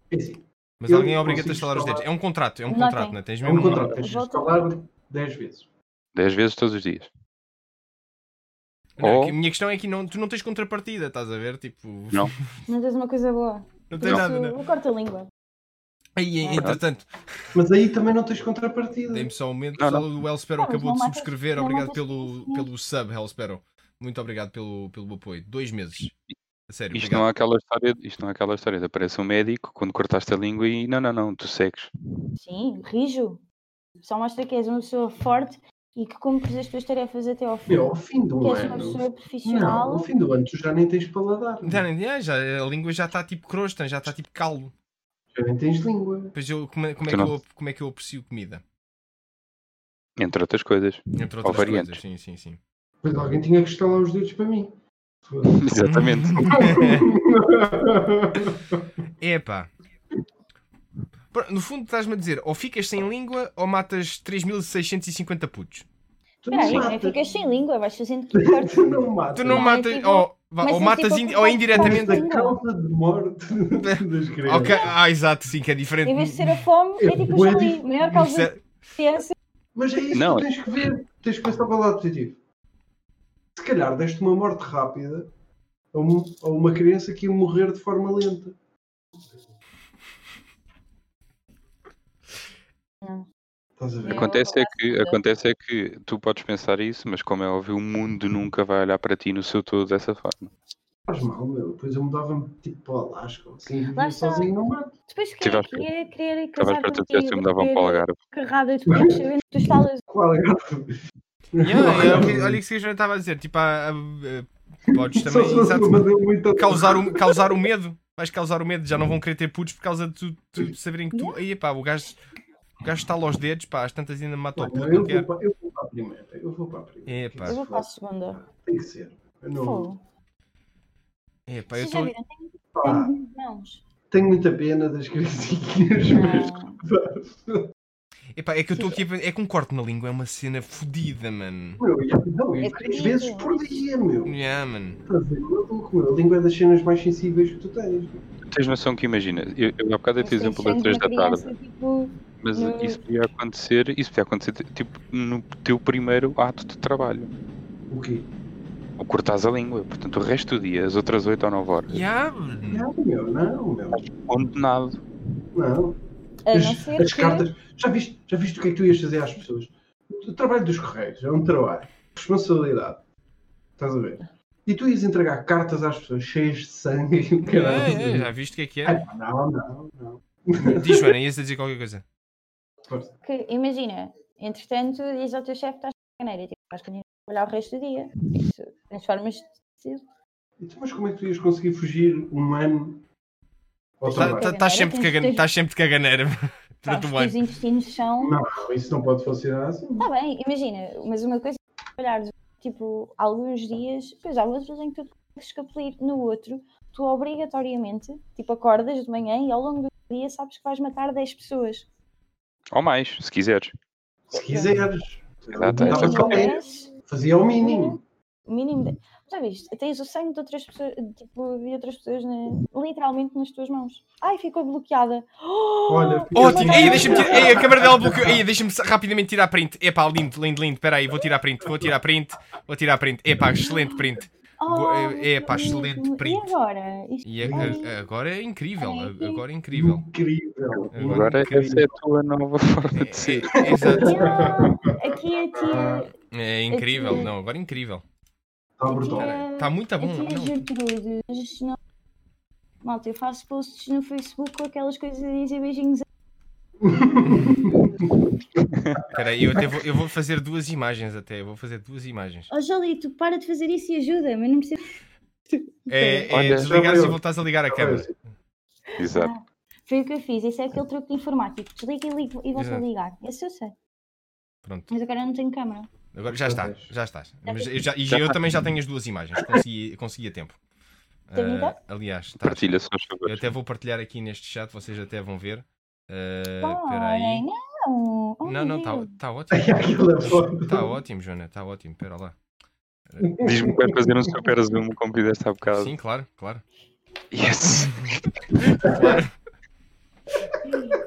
D: É assim,
A: Mas
D: Eu
A: alguém obriga-te a
D: consigo
A: estalar os dedos.
D: instalar-
A: É um contrato, é um
E: Não
A: contrato,
E: tem.
A: não é? Tens
D: é um
A: mesmo.
D: contrato, tens de
E: Volta-
D: instalar 10 vezes.
C: Dez vezes todos os dias.
A: Não,
C: Ou-
A: aqui- A minha questão é que não, tu não tens contrapartida, estás a ver? Tipo,
C: Não.
E: Não tens uma coisa boa.
A: (laughs) não
E: Por
A: tens
E: isso,
A: nada, não.
E: eu corto a língua.
A: Aí,
E: Não.
A: entretanto,
D: Mas aí também não tens contrapartida.
A: dei-me só um momento.
C: Não,
A: pessoal, O Elspero
E: Não, mas
A: acabou
E: não
A: de
E: matas-
A: subscrever.
E: não assim,
A: Obrigado
E: matas
A: pelo,
E: crianças.
A: pelo sub, Elspero. Muito obrigado pelo, pelo apoio. Dois meses. A sério,
C: Isto
A: obrigado.
C: não, é aquela história, isto não é aquela história de aparece um médico quando cortaste a língua e não, não, não, tu segues.
E: Sim, rijo. Só mostra que és uma pessoa forte e que cumpres as tuas tarefas até ao fim.
D: Meu, ao fim
E: que
D: do
E: és uma
D: ano.
E: pessoa
D: Não,
E: profissional.
D: ao fim do ano tu já nem tens paladar.
A: Já nem- ah, já, a língua já está tipo crosta, já está tipo calo.
D: Já nem tens língua.
A: Depois eu, como, é- como é
C: Tu
A: que
C: não-
A: eu, como é que eu aprecio comida?
C: Entre outras coisas.
A: Entre
C: Ou
A: outras
C: variantes.
A: coisas. Sim, sim, sim.
D: Mas alguém tinha que estalar os dedos para mim.
C: (laughs) Exatamente.
A: (laughs) Epá. Pro- No fundo estás-me a dizer, ou ficas sem língua ou matas 3650 putos.
D: tu não
E: Peraí, não é?
D: matas.
E: ficas sem língua, vais fazendo
D: (laughs)
E: cortes.
D: Tu não matas.
A: Tu não
E: Não,
A: matas,
E: eu fico-
A: ou, vá,
E: mas é tipo
A: ou
E: eu
A: matas
E: fico
A: in-
E: com
A: ou
E: vontade de
A: indiretamente.
E: fazer.
D: Esta causa de
A: (laughs)
D: morte das crianças.
A: Ok, ah, exato, sim, que é diferente.
E: Em vez de ser a fome, é tipo o
D: Ué,
E: Jolie, maior
C: é-
E: causa
A: Isso
E: de ciência.
D: Mas é isso
C: Não,
D: que tens que ver. Tens que pensar para o lado positivo. Se calhar deste uma morte rápida a, um- a uma criança que ia morrer de forma lenta.
E: Não.
D: Estás a ver?
E: Eu-
C: Acontece é, que,
E: gosto de-
C: acontece é que tu podes pensar isso, mas como é óbvio, o mundo nunca vai olhar para ti no seu todo dessa forma.
D: Faz mal, meu. Depois eu mudava-me tipo para o Alasca. ou Assim,
E: Lá
D: vivia
E: está.
D: sozinho no mato.
E: Depois queria,
C: Tiveste-
E: queria, queria
C: Estavas
E: casar
C: para tu
E: contigo,
C: dizer se me davam
E: ter
C: para o Algarve.
E: carrada de putos, sabendo que tu estalas
D: Qual é?
A: Yeah,
E: (laughs)
A: é, olha- olha o que se já estava a dizer, tipo, há- há- há-
D: (laughs)
A: podes
D: Só se
A: também
D: fosse
A: exato,
D: uma deu muito
A: causar, o, causar o medo. Vais causar o medo, já não vão querer ter putos por causa de, tu, tu- de saberem que tu. Aí, pá, o gajo, o gajo está aos dedos, pá, às tantas ainda me matou o
D: Olha,
A: puto.
D: eu,
A: não
D: vou
A: quero.
D: para, eu vou para a primeira. Eu vou para a primeira.
A: Epá.
E: Eu vou para a segunda.
D: Tem que ser. Eu não,
E: Fogo.
A: É, pá, eu
E: Vocês
A: estou.
E: já viram?
D: pá,
E: Tenho mãos.
D: tenho muita pena das criancinhas. mas-
E: Ah.
A: Epá, é que eu estou aqui a... É que um corte na língua é uma cena fodida, mano.
D: Meu, e- não, e
E: É
D: três
E: terrível.
D: vezes por dia, meu.
A: Yeah, mano.
D: Estás a ver? Maluco, meu. A língua é das cenas mais sensíveis que tu tens.
C: Tens noção que imagina, eu, eu há bocado dei-te
E: um Mas
C: exemplo
E: tem
C: das 3 da
E: sangue de
C: tarde,
E: criança, tipo,
C: mas
E: no-
C: isso podia acontecer, isso podia acontecer tipo no teu primeiro ato de trabalho.
D: O quê?
C: Ou cortares a língua, portanto o resto do dia, as outras 8 ou 9 horas,
A: Yeah,
E: Hum.
A: mano.
D: Não, meu, não, meu.
C: condenado.
D: Não.
E: a não
D: As,
E: ser
D: as
E: que-
D: cartas. Já viste, já viste o que é que tu ias fazer às pessoas? O trabalho dos correios é um trabalho. Responsabilidade. Estás a ver? E tu ias entregar cartas às pessoas cheias de sangue (laughs) e o
A: É,
D: caralho.
A: é, já viste o que é que
D: Ah,
A: é?
D: pá, Não, não, não.
A: Diz, Joana, ias a dizer qualquer coisa.
E: que, imagina, Entretanto, diz ao teu chefe que estás de caneira e tipo, vais continuar a trabalhar o resto do dia. Isso transformas-te cedo.
D: Então, mas como é que tu ias conseguir fugir um ano ao
A: Tá-
D: trabalho?
A: tá- Estás sempre de cagan- estás sempre de caganeira
E: Pá,
A: durante
E: os
A: o ano.
E: teus intestinos são.
D: Não, não, isso não pode funcionar assim.
E: Está Tá bem, imagina, mas uma coisa é trabalhares tipo alguns dias, depois há outros em que tu consegues escapulir, no outro, tu obrigatoriamente, tipo, acordas de manhã e ao longo do dia sabes que vais matar 10 pessoas.
C: Ou mais, se quiseres.
D: Se quiseres.
C: Exato,
D: Não, mas
C: essa
E: Mínimo
D: qual é?
E: 10,
D: Fazia o mínimo.
E: Então, mínimo 10. Já viste? Tens o sangue de outras pessoas, tipo, de outras pessoas na- literalmente nas tuas mãos. Ai, ficou bloqueada. Oh, (gasps)
D: Olha, fica-
A: Ótimo! Ei, deixa-me tirar. Ei, a câmera dela bloqueou.
D: Não,
A: Ei, deixa-me sa- rapidamente tirar print. Epá, lindo, lindo, lindo. Espera aí, vou tirar print, vou tirar print, vou tirar print. Epá, excelente print. Bo- é, é, pá,
E: que
A: excelente
E: lindo.
A: print.
E: E agora? Isto
A: E a-
E: foi-
A: a- agora é incrível, a- agora é incrível.
D: Incrível.
C: Agora essa é a tua nova (laughs) forma de
A: É,
C: ser.
A: é- exato.
E: Yeah, é, Aqui a tia,
A: É incrível, não, agora é incrível. tá
D: Está (laughs) brutal.
A: Está muito Tá bom.
E: Aqui é
A: não.
E: Gertrude, mas não... Malta, eu faço posts no Facebook com aquelas coisas a dizer beijinhos.
A: Espera aí, eu, até vou, eu vou fazer duas imagens até. Eu vou fazer duas imagens.
E: Ó oh, Jolie, tu para de fazer isso e ajuda-me, eu não percebo.
A: É, é
C: Olha,
A: desligares
D: já
A: e
D: eu.
A: voltares a ligar a câmera. É.
C: Exato.
A: Ah.
E: Foi o que eu fiz, esse é aquele truque de informático. Desliga e, ligo, e volto a
A: Exato.
E: ligar. Esse eu sei,
A: Pronto,
E: mas agora não tenho câmera.
A: agora já está, já estás. Mas eu já- e
C: Já
A: eu
C: está.
A: também já tenho as duas imagens, consegui, consegui a tempo.
E: Tem
A: Ah,
E: ainda?
A: aliás, está.
C: Partilha, só
A: Eu
C: favor.
A: até vou partilhar aqui neste chat, vocês até vão ver. Ah, Espera
E: Parem,
A: aí.
E: não! Oh,
A: Não,
E: meu
A: não, está
E: Deus.
A: tá ótimo.
D: (laughs) Aquela
A: Está
D: foto.
A: ótimo, Joana, está ótimo, espera lá.
C: Diz-me que vai fazer um super zoom, como fizeste há bocado.
A: Sim, claro, claro.
C: Yes!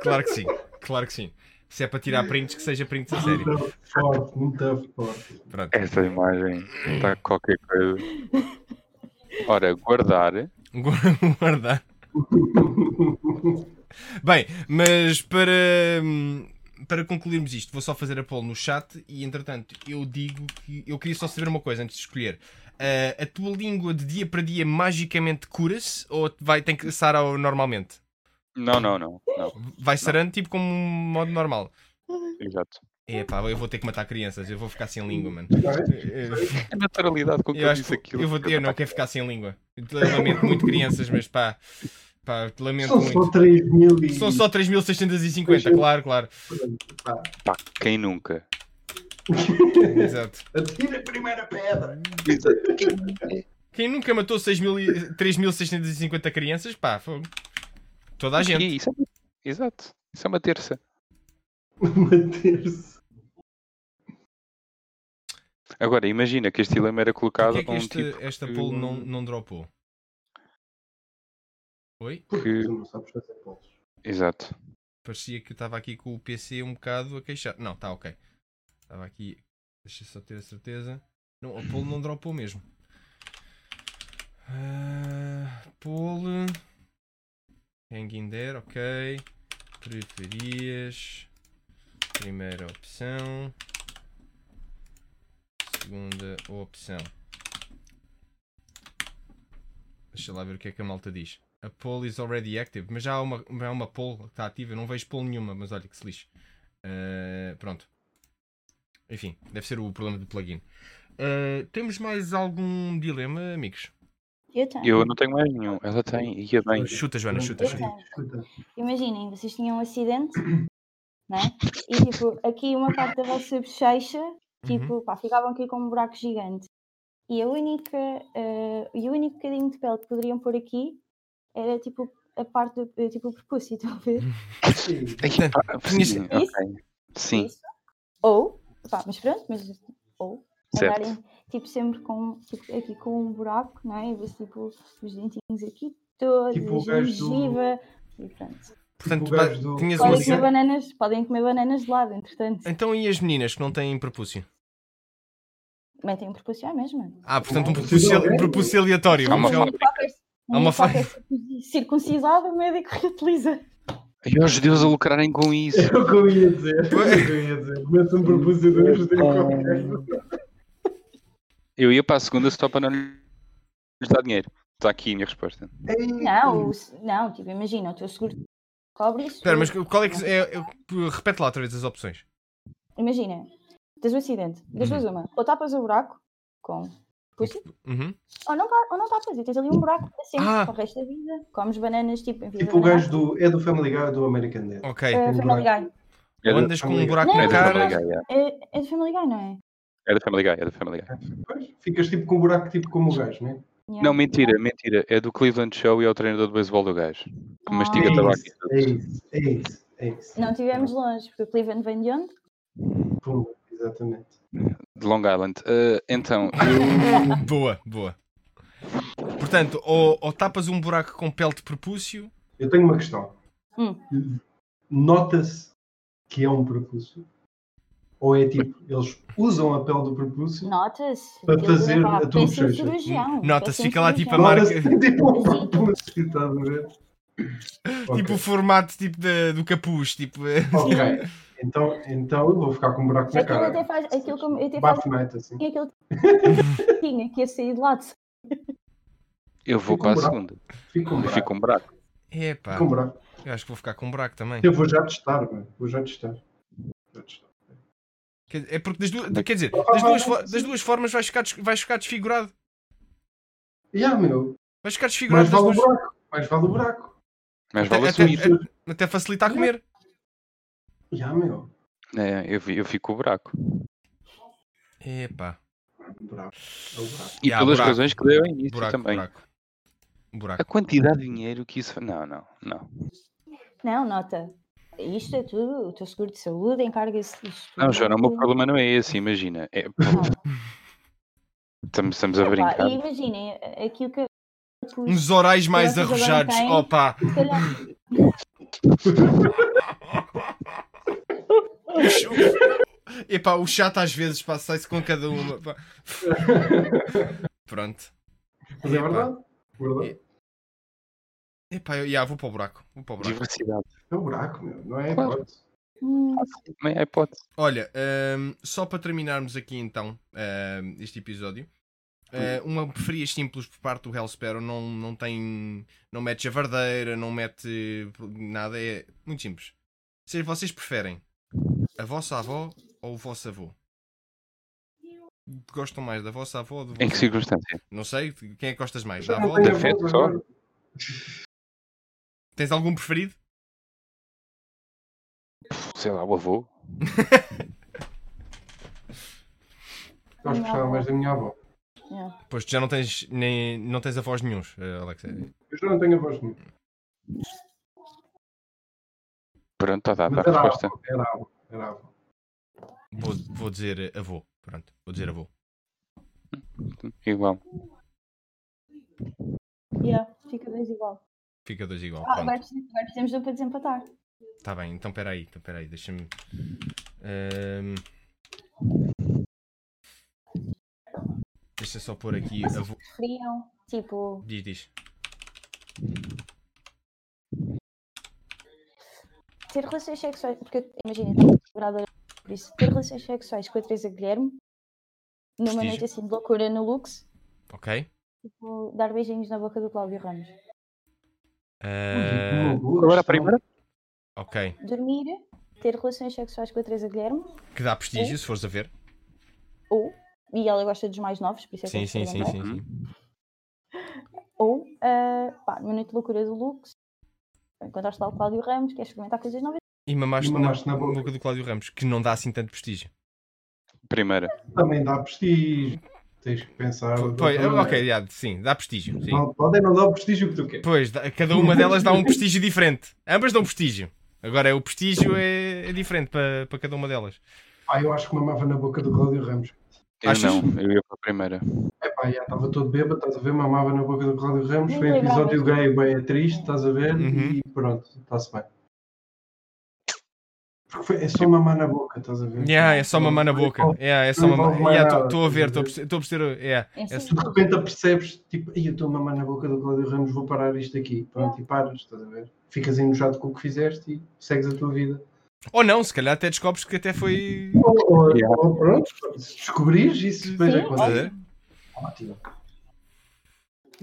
A: Claro que sim, claro que sim. Se é para tirar prints, que seja prints a sério.
D: Muito forte, muito forte.
A: Pronto.
C: Esta imagem está qualquer coisa. Ora, guardar.
A: (laughs) Guardar. Bem, mas para, hum, para concluirmos isto, vou só fazer a poll no chat e entretanto eu digo que eu queria só saber uma coisa antes de escolher. Ah, a tua língua de dia para dia magicamente cura-se ou vai, tem que sarar ao- normalmente?
C: Não, não, não. não.
A: Vai sarando tipo como um modo normal.
C: Exato.
A: Epá, eu vou ter que matar crianças, eu vou ficar sem língua, mano.
C: A naturalidade com que
A: Eu
C: é? eu,
A: acho
C: disse
A: que
C: aquilo.
A: eu, vou, eu não quero ficar sem língua. Te Lamento muito crianças, mas pá, pá, te lamento
D: São
A: muito.
D: só 3 mil e.
A: São só 3.650, claro, claro.
C: Pá, quem nunca?
A: Exato.
D: Atira a primeira pedra. (laughs)
A: Quem nunca matou 6.000 e- 3.650 crianças? Pá, fogo. Toda a
C: Mas que é
A: gente.
C: isso? Exato. Isso é uma terça.
D: Manter-se.
C: Agora, imagina que este dilema era colocado
A: Porquê é que
C: a um
A: este,
C: tipo
A: esta
C: que-
A: poll não, não dropou? Oi?
D: Porque tu não sabes fazer polos.
C: Exato.
A: Parecia que eu estava aqui com o PC um bocado a queixar. Não, está ok. Estava aqui. Deixa eu só ter a certeza. Não, a poll não dropou mesmo. Ah, poll. Quem guinder, ok. Preferias. Primeira opção. Segunda opção. Deixa lá ver o que é que a malta diz. A poll is already active. Mas já há uma, há uma poll que está ativa. Eu não vejo poll nenhuma, mas olha que se lixe. Ah, pronto. Enfim, deve ser o problema do plugin. Ah, temos mais algum dilema, amigos?
E: Eu tenho.
C: Eu não tenho mais nenhum. Ela tem. Ia bem.
A: Chuta, Joana,
D: um
A: chuta,
E: Eu
A: chuta.
E: tenho. Imaginem, vocês tinham um acidente, (coughs) né? E tipo, aqui uma parte da vossa bochecha,
D: Uhum.
E: tipo, pá, ficavam aqui com um buraco gigante. E a única, eh, e o único bocadinho de pele que poderiam pôr aqui era tipo a parte do, eh, tipo o prepúcio, (laughs) estão a ver?
D: Uhum.
C: Ai, pá,
A: Tinhas-
C: sim,
E: Isso.
C: ok. Sim,
E: Isso. Ou, pá, mas pronto, mas ou
C: Certo.
E: andarem tipo sempre com tipo, aqui com um buraco, não é? E vê-se tipo os dentinhos aqui todos,
D: Tipo o
E: a
D: gajo do-
E: gengiva e pronto.
A: Portanto,
D: O gajo do-
A: tinhas uma
E: Podem
D: Mas
E: comer,
D: é-
A: cena.
E: bananas, podem comer bananas de lado, entretanto.
A: Então e as meninas que não têm prepúcio?
E: Metem um prepúcio à mesma.
A: Ah, portanto, um prepúcio, um prepúcio aleatório. Então,
C: Há uma
A: Vamos-
C: fábrica.
E: Qualquer-
A: Há uma fa-
E: qualquer um circuncisado, o médico reutiliza.
C: E aos judeus a lucrarem com isso.
D: Era É o que eu ia dizer. Era o que eu ia dizer. Mete um propósito de fazer qualquer.
C: Eu ia para a segunda se topa não lhes dá dinheiro. Está aqui a minha resposta.
E: Não, o se- não, tipo, imagina, o teu seguro cobre isso.
A: Espera, mas
E: tudo.
A: qual é que. É, é- repete lá outra vez as opções.
E: Imagina, tens um acidente, das
A: Uhum.
E: duas uma, ou tapas o buraco com pussy,
A: Uhum.
E: ou não, pa- ou não tapas e tens ali um buraco para sempre,
A: Ah!
E: para o resto da vida, comes bananas, tipo, em vez
D: Tipo o
E: de bananas,
D: gajo do. É do Family Guy ou do American Dad?
A: Ok.
E: eh,
D: um
E: Family Guy.
C: É
A: Ou
C: do,
A: andas com um
D: Não,
A: buraco
C: é
A: na
C: do
A: cara.
C: Family Guy, yeah.
E: É, é de Family Guy, não é?
C: é do Family Guy, é do Family Guy.
D: Pois, ficas tipo com um buraco tipo como o gajo, né?
E: Yeah.
C: Não, mentira, mentira. É do Cleveland Show e é o treinador de beisebol do gajo. Que mastiga
E: Ah.
C: tabaco. e
D: é
C: tudo.
D: isso, é isso, é isso.
E: Não tivemos longe, porque o Cleveland vem de onde?
D: Pum, exatamente.
C: De Long Island. Ah, então,
A: Boa, boa. Portanto, ou, ou tapas um buraco com pele de propúcio.
D: Eu tenho uma questão.
E: Hum.
D: Nota-se que é um prepúcio? Ou é tipo, eles usam a pele do prepúcio?
E: Nota-se. é,
D: Para fazer
E: Pá,
D: a tua
E: péssimo
D: bochecha.
E: cirurgião,
A: Nota-se,
E: péssimo
A: fica lá, tipo, a
E: cirurgião.
A: marca.
D: Nota-se que tem tipo um
E: Sim.
D: prepúcio, estás a ver?
A: (laughs) Tipo
D: Ok,
A: o formato tipo da- do capuz.
D: (laughs)
A: Tipo, eh,
D: ok. Então, então eu vou ficar com um buraco na
E: Aquilo até
D: cara.
E: faz. Aquilo como eu até faz.
D: Bafo night assim.
E: tinha
A: (laughs)
E: Aquele tinha que ia sair de lado.
C: eu vou
D: Fica
C: para
D: um
C: a
D: buraco.
C: segunda.
D: Fica um
C: E
D: buraco.
C: fica um buraco.
A: epá,
D: Fica um buraco.
A: eu acho que vou ficar com um buraco também.
D: Eu vou já testar, mano. Vou já testar. Já testar.
A: Quer- É porque das duas, quer dizer,
D: Ah,
A: das duas, fo- das duas formas vais ficar, des- vais ficar desfigurado.
D: Já, meu.
A: Vais ficar desfigurado
D: Mais
A: das
D: vale um o
A: duas.
D: buraco. Mais vale o buraco.
C: Mas
A: Até-
C: vale
A: até-
C: assumir.
A: Até facilita a comer.
D: Já, meu.
C: É, eu, vi- eu fico com o buraco.
A: Epá.
D: O buraco. É o buraco.
C: E
A: Ya,
C: pelas
A: buraco.
C: razões que deu início
A: Buraco,
C: também.
A: buraco.
C: A
A: Buraco.
C: quantidade de dinheiro que isso. Não, não, não.
E: Não, nota. Isto é tudo. O teu seguro de saúde encarga-se disto.
C: Não, Joana, o meu
E: tudo.
C: problema não é esse, imagina. É-
E: Não.
C: estamos, estamos a
E: Epá,
C: brincar.
E: E imaginem eh, aquilo que.
A: Uns orais mais
E: Graças a Deus
A: arrojados.
E: tem.
A: Opa.
E: Se calhar.
A: Epá, o chato às vezes pá, sai-se com cada
D: (laughs)
A: uma. pá. Pronto.
D: Mas é
A: Epá.
D: verdade. verdade.
A: Epá, eu, ya, vou para o buraco. Vou para o buraco.
C: Diversidade.
D: É um buraco, meu. Não é
C: Claro.
D: hipótese.
E: Hum,
C: Também é hipótese.
A: Olha, ahm, só para terminarmos aqui então ahm, este episódio, ah,
C: Hum.
A: uma preferias simples por parte do Hellsparrow não, não tem. não mete javardeira, não mete nada, é muito simples. Se vocês preferem a vossa avó ou o vosso avô? Gostam mais da vossa avó ou do vosso
C: Em que
A: avô?
C: circunstância?
A: Não sei, quem é que gostas mais? Da
D: Já não
A: avó?
D: tenho
C: Da fé
D: avós
C: só?
D: agora.
A: Tens algum preferido?
C: Sei lá, o avô.
D: Nós gostávamos é mais da minha avó.
A: Pois tu já não tens nem não tens avós eh, nenhuns, Alex.
D: Eu já não tenho avós nenhum.
C: Pronto, está dada a
D: Mas era a
C: resposta.
D: avó. Era a avó. Era a é avó.
A: Vou, vou dizer avô. Pronto, vou dizer avô.
C: Igual.
E: yeah, Fica dois igual.
A: Fica dois igual.
E: Ah,
A: pronto.
E: agora precisamos agora precisamos de um para desempatar.
A: Tá bem, então peraí, então peraí, deixa-me. Ahm. Deixa só pôr aqui a vo...
E: Preferiam, tipo,
A: Diz, diz.
E: ter relações sexuais, porque eu- imagina, estava segurada por isso, ter relações sexuais com a Teresa Guilherme, numa
A: Prestígio.
E: noite assim de loucura no Lux,
A: Ok?
E: tipo, dar beijinhos na boca do Cláudio Ramos.
A: Ah,
C: Agora a primeira?
A: ok.
E: Dormir, ter relações sexuais com a Teresa Guilherme,
A: Que dá prestígio, se fores a ver.
E: ou, e ela gosta dos mais novos, por isso é que
A: Sim, sim,
E: eu
A: sim,
E: perguntei,
A: sim. sim.
E: ou, ah, pá, numa noite de loucura do Lux, encontraste lá o Cláudio Ramos, queres experimentar coisas novas,
A: E mamaste,
D: E mamaste
A: na,
D: na boca.
A: boca do Cláudio Ramos, que não dá assim tanto prestígio.
C: Primeira.
D: Também dá prestígio. Tens que pensar. de
A: Pois, é,
D: outra maneira.
A: ok, já, sim, dá prestígio. Sim.
D: Não, podem não dar o prestígio que tu queres.
A: Pois, dá- cada uma delas dá um prestígio diferente. Ambas dão prestígio. Agora, é o prestígio é, é diferente para, para cada uma delas.
D: Pá, eu acho que mamava na boca do Cláudio Ramos.
C: Eu
A: Achas?
C: não, eu ia para a primeira.
D: É pá, já estava todo bêbado, estás a ver? Mamava na boca do Cláudio Ramos.
E: Nem
D: Foi um
E: lembrava.
D: episódio gay bem triste, estás a ver?
A: Uhum.
D: E pronto, está-se bem. Porque foi- é só mamar na boca, estás a ver?
A: Yeah, é só mamar na boca. Yeah, é só
D: Não
A: mamar.
D: envolve mais nada,
A: Estou a ver,
D: quer
A: estou a
D: dizer.
A: perce- tô a perceber. Yeah.
E: é
A: É
E: assim,
D: Tu de repente apercebes, tipo, "Ei, eu estou a mamar na boca do Cláudio Ramos, vou parar isto aqui. Pronto, e paras, estás a ver? Ficas enojado com o que fizeste e segues a tua vida.
A: Ou não, se calhar até descobres que até foi.
D: Ou, ou-
C: Yeah.
D: ou Oh, pronto, se descobrires isso, depois
E: Sim,
A: Estás a
D: acontece.
A: ver?
D: Ótimo.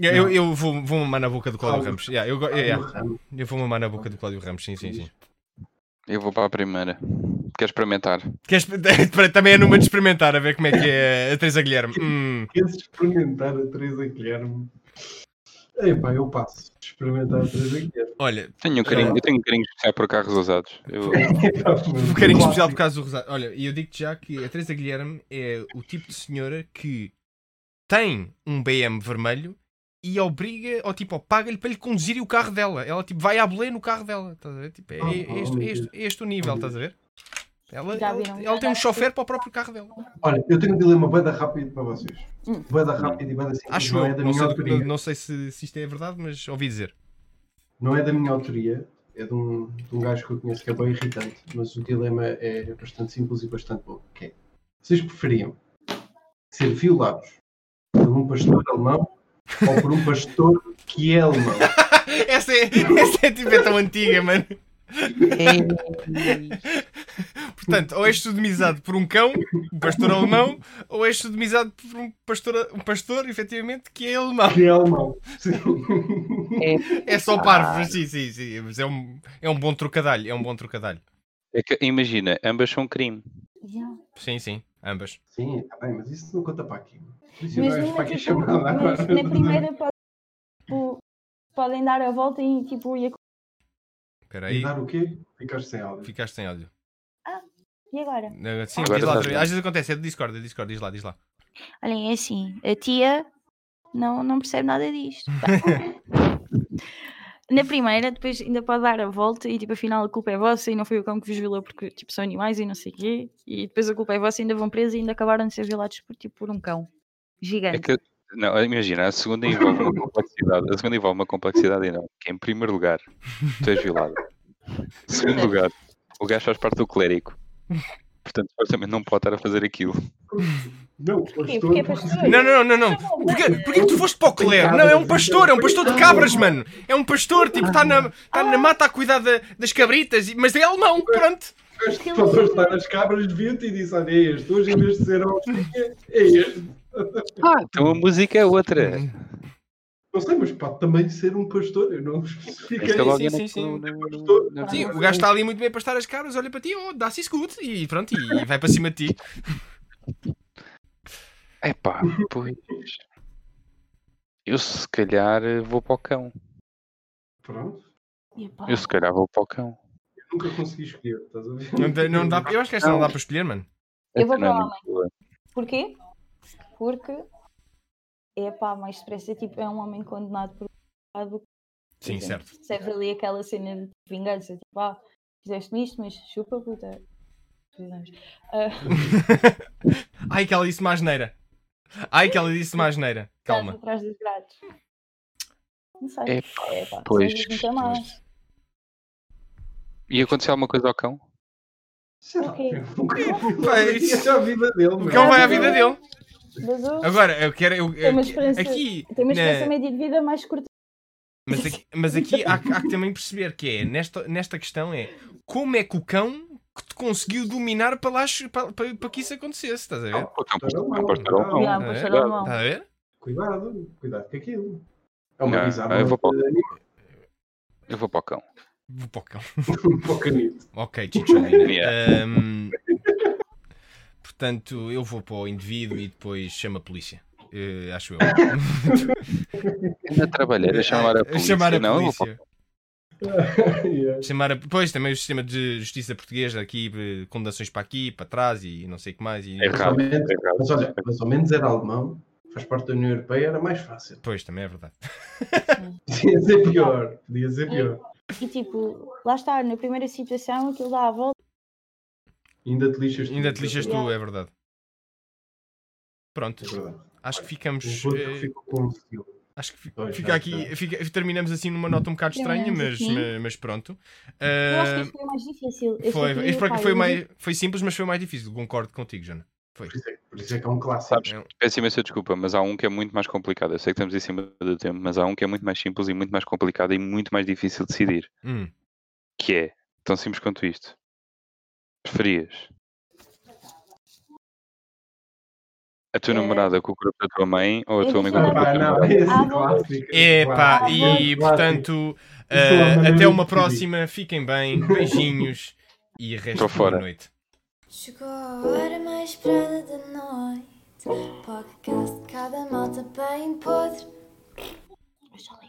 A: Yeah, eu, eu vou, vou mamar na boca do Cláudio
D: Claro.
A: Ramos. Yeah, eu, go-
D: Cláudio
A: yeah,
D: Ramos.
A: eu vou mamar na boca do Cláudio Ramos, sim, sim, sim.
C: Eu vou para a primeira. Queres experimentar?
A: Queres- (laughs) Também é numa de experimentar, a ver como é que é a Teresa Guilherme. Hum.
D: Queres experimentar a Teresa Guilherme? Epá, eu passo. Experimentar a Teresa Guilherme.
A: Olha,
C: Tenho um carinho, eu tenho um carinho especial por carros usados. Eu-
D: (laughs) Epá,
A: um
D: mano,
A: bocadinho
D: clássico.
A: especial por causa do rosado. Olha, e eu digo-te já que a Teresa Guilherme é o tipo de senhora que tem um BM vermelho e obriga, ou tipo, ou paga-lhe para lhe conduzir o carro dela. Ela tipo, vai à bolê no carro dela. Estás a ver? Tipo, é,
D: Ah,
A: é este, é este- é este o nível, estás a ver? Ela,
E: Já
A: ela,
E: viram?
A: ela tem um chofer para o próprio carro dela.
D: Olha, eu tenho um dilema bada rápido para vocês.
E: Hum.
D: Bada rápido e bada simples.
A: Acho
D: não
A: eu.
D: é da
A: não,
D: minha
A: sei, do-
D: autoria.
A: não sei se, se isto é verdade, mas ouvi dizer.
D: Não é da minha autoria. É de um, de um gajo que eu conheço que é bem irritante. Mas o dilema é bastante simples e bastante bom. Que é, vocês preferiam ser violados por um pastor alemão ou por um pastor que é alemão?
A: Essa é, essa é, tipo, é tão antiga, mano. Portanto, ou és sodomizado por um cão, um pastor alemão, ou és sodomizado por um pastor, um pastor efetivamente, que é alemão.
D: (laughs) Que é alemão. Sim.
A: É só parvo, mas sim, sim, sim. Mas é um, é um bom trocadalho, é um bom trocadalho.
C: é que, imagina, ambas são crime.
E: Yeah.
A: Sim, sim, ambas.
D: Sim, está bem, mas isso não conta para aqui. Por isso é
E: Mas
D: não és
E: mesmo
D: para aqui
E: tipo,
D: chamada
E: mas
D: agora.
E: na primeira po- tipo, podem dar a volta e tipo e, a-
A: Espera
D: E
A: aí,
D: dar o quê? Ficaste sem áudio.
A: ficaste sem áudio.
E: e agora?
A: Não, Sim,
C: Agora
A: diz lá,
C: estás
A: outra vez.
C: bem.
A: às vezes acontece, é do Discord, é do Discord, diz lá, diz lá.
E: Olhem, é assim, a tia não, não percebe nada disto. Na primeira, depois ainda pode dar a volta e tipo, afinal a culpa é vossa e não foi o cão que vos violou porque tipo, são animais e não sei o quê. E depois a culpa é vossa e ainda vão presos e ainda acabaram de ser violados por, tipo, por um cão
C: É
E: gigante.
C: que, não, imagina, a segunda envolve uma complexidade. A segunda envolve uma complexidade enorme. Que é, em primeiro lugar, tu és violado. Em segundo lugar, o gajo faz parte do clérigo. Portanto, supostamente não pode estar a fazer aquilo.
D: Não, pastor. (laughs)
E: Porquê? Porque é pastor?
A: Não, não, não, não, não. Porquê, porquê que tu foste para o clero? Não, é um pastor, é um pastor de cabras, mano. É um pastor, tipo, está na, tá
E: Ah.
A: na mata a cuidar da- das cabritas, e- mas é alemão, pronto.
D: Este
E: é
D: pastor está nas cabras, viu-te e disse: Olha, é este. Hoje, em vez de ser hostinha, é este.
C: Ah, então a música é outra.
D: Não sei, mas pode também ser um pastor. Eu não
C: Esta
D: especifiquei.
A: é
C: logo
A: sim,
C: eu não-
A: sim, sim.
C: não- não-
D: Pastor.
C: não-
A: Sim, o gajo tá-
E: Ah.
A: está ali muito bem para estar as cabras, olha para ti, oh, dá-se escudo, e pronto, e vai para cima de ti.
C: Epá, pois. Eu se calhar vou para o cão.
D: Pronto.
E: E, pá,
C: Eu se calhar vou para o cão.
D: Eu nunca consegui escolher, estás a ver?
A: Não, dá- não dá, eu acho que esta não dá para escolher, mano.
E: Eu vou
C: Esta não é
E: para o
C: muito boa.
E: Porquê? Porque é pá, mais depressa tipo, é um homem condenado por pecado
A: Sim,
E: Sim.
A: certo.
E: percebes ali aquela cena de vingança, tipo, ah, fizeste-me isto, mas chupa, puta. Fizemos.
A: Ai, que ela disse mais neira. Ai, que ela disse mais neira.
E: Estás
A: Calma.
E: Atrás dos grades. Não sei.
C: É,
E: É, pá,
C: pois,
E: são muito más.
C: pois. E aconteceu alguma coisa ao cão?
D: Sei lá,
E: Ok.
D: eu nunca
A: Vai,
D: Isso é a vida dele.
A: O
D: meu.
A: cão vai à vida dele.
E: Mas eu
A: Agora, né? eu quero. Eu,
E: Tem uma
A: aqui-
E: esperança-
A: aqui.
E: tenho uma
A: na-
E: esperança média de vida mais curta.
A: Mas aqui, mas aqui há, há que também perceber que é, nesta, nesta questão é, como é que o cão que te conseguiu dominar para, lá, che- para, para, para que isso acontecesse, estás a ver?
C: O cão pode
D: Pastor
C: estar
D: alemão.
C: ao um cão.
E: Yeah,
A: é?
E: pois, era
C: Claro.
E: alemão.
A: Estás a ver?
D: Cuidado, cuidado com aquilo. É uma
C: Não,
D: bizarra.
C: eu vou para o-
D: (laughs) animal
C: Eu vou para o cão.
A: Vou para o cão.
D: para o canito.
A: Ok, Chicholina.
C: Yeah.
A: Ahm, portanto, eu vou para o indivíduo e depois chamo a polícia. Eh, acho eu.
C: Ainda trabalhar, a chamar a polícia.
A: É, (laughs) Chamar a
C: não, eu vou
A: polícia.
D: Yeah.
A: Chamar a... Pois, também o sistema de justiça portuguesa aqui, eh, condenações para aqui, para trás e não sei o que mais. E...
C: para- Errado,
D: Somente-
C: errado.
D: Mas olha, mas ao menos era alemão, faz parte da União Europeia, era mais fácil. (laughs)
A: Pois, também é verdade.
D: Podia ser pior, podia ser pior.
E: E tipo, lá está, na primeira situação, aquilo dá a volta.
D: Ainda te lixas tu.
A: Ainda te lixas tu,
E: Yeah.
A: é verdade. Pronto,
D: É verdade.
A: acho que ficamos.
D: O outro
A: eh,
D: que ficou com um o fio.
A: Acho que fi-
D: Pois,
A: fica
D: já
A: aqui, fica- terminamos assim numa nota um bocado estranha,
E: Terminamos
A: mas,
E: assim.
A: ma- mas pronto.
E: Eu acho que
A: Ah,
E: este foi o mais difícil. Este
A: foi,
E: eu queria,
A: este por
E: pá,
A: acaso foi,
E: eu
A: mais, foi simples, mas foi mais difícil. Concordo contigo, Jana. Foi.
D: Por isso é- Por isso é que é um clássico.
C: Sabes? Peço imensa desculpa, mas há um que é muito mais complicado. Eu sei que estamos em cima do tempo, mas há um que é muito mais simples e muito mais complicado e muito mais difícil de decidir.
A: Hum.
C: que é tão simples quanto isto. Preferias a tua
E: É.
C: namorada com o corpo da tua mãe ou a
E: Eu
C: tua mãe com o
E: vou
C: corpo da
D: Epá,
C: tua
D: não,
C: namorada?
D: esse
E: Ah, bom.
D: clássico.
A: Epá,
D: clássico,
A: e
D: clássico.
A: portanto,
D: Isso é uma
A: ah,
D: maneira
A: até uma
D: de decidir.
A: próxima. Fiquem bem, beijinhos E
C: Tô
A: resta
C: fora.
A: de noite.
B: Chegou a hora mais esperada da noite. Podcast de cada malta bem podre.
E: Eu já li.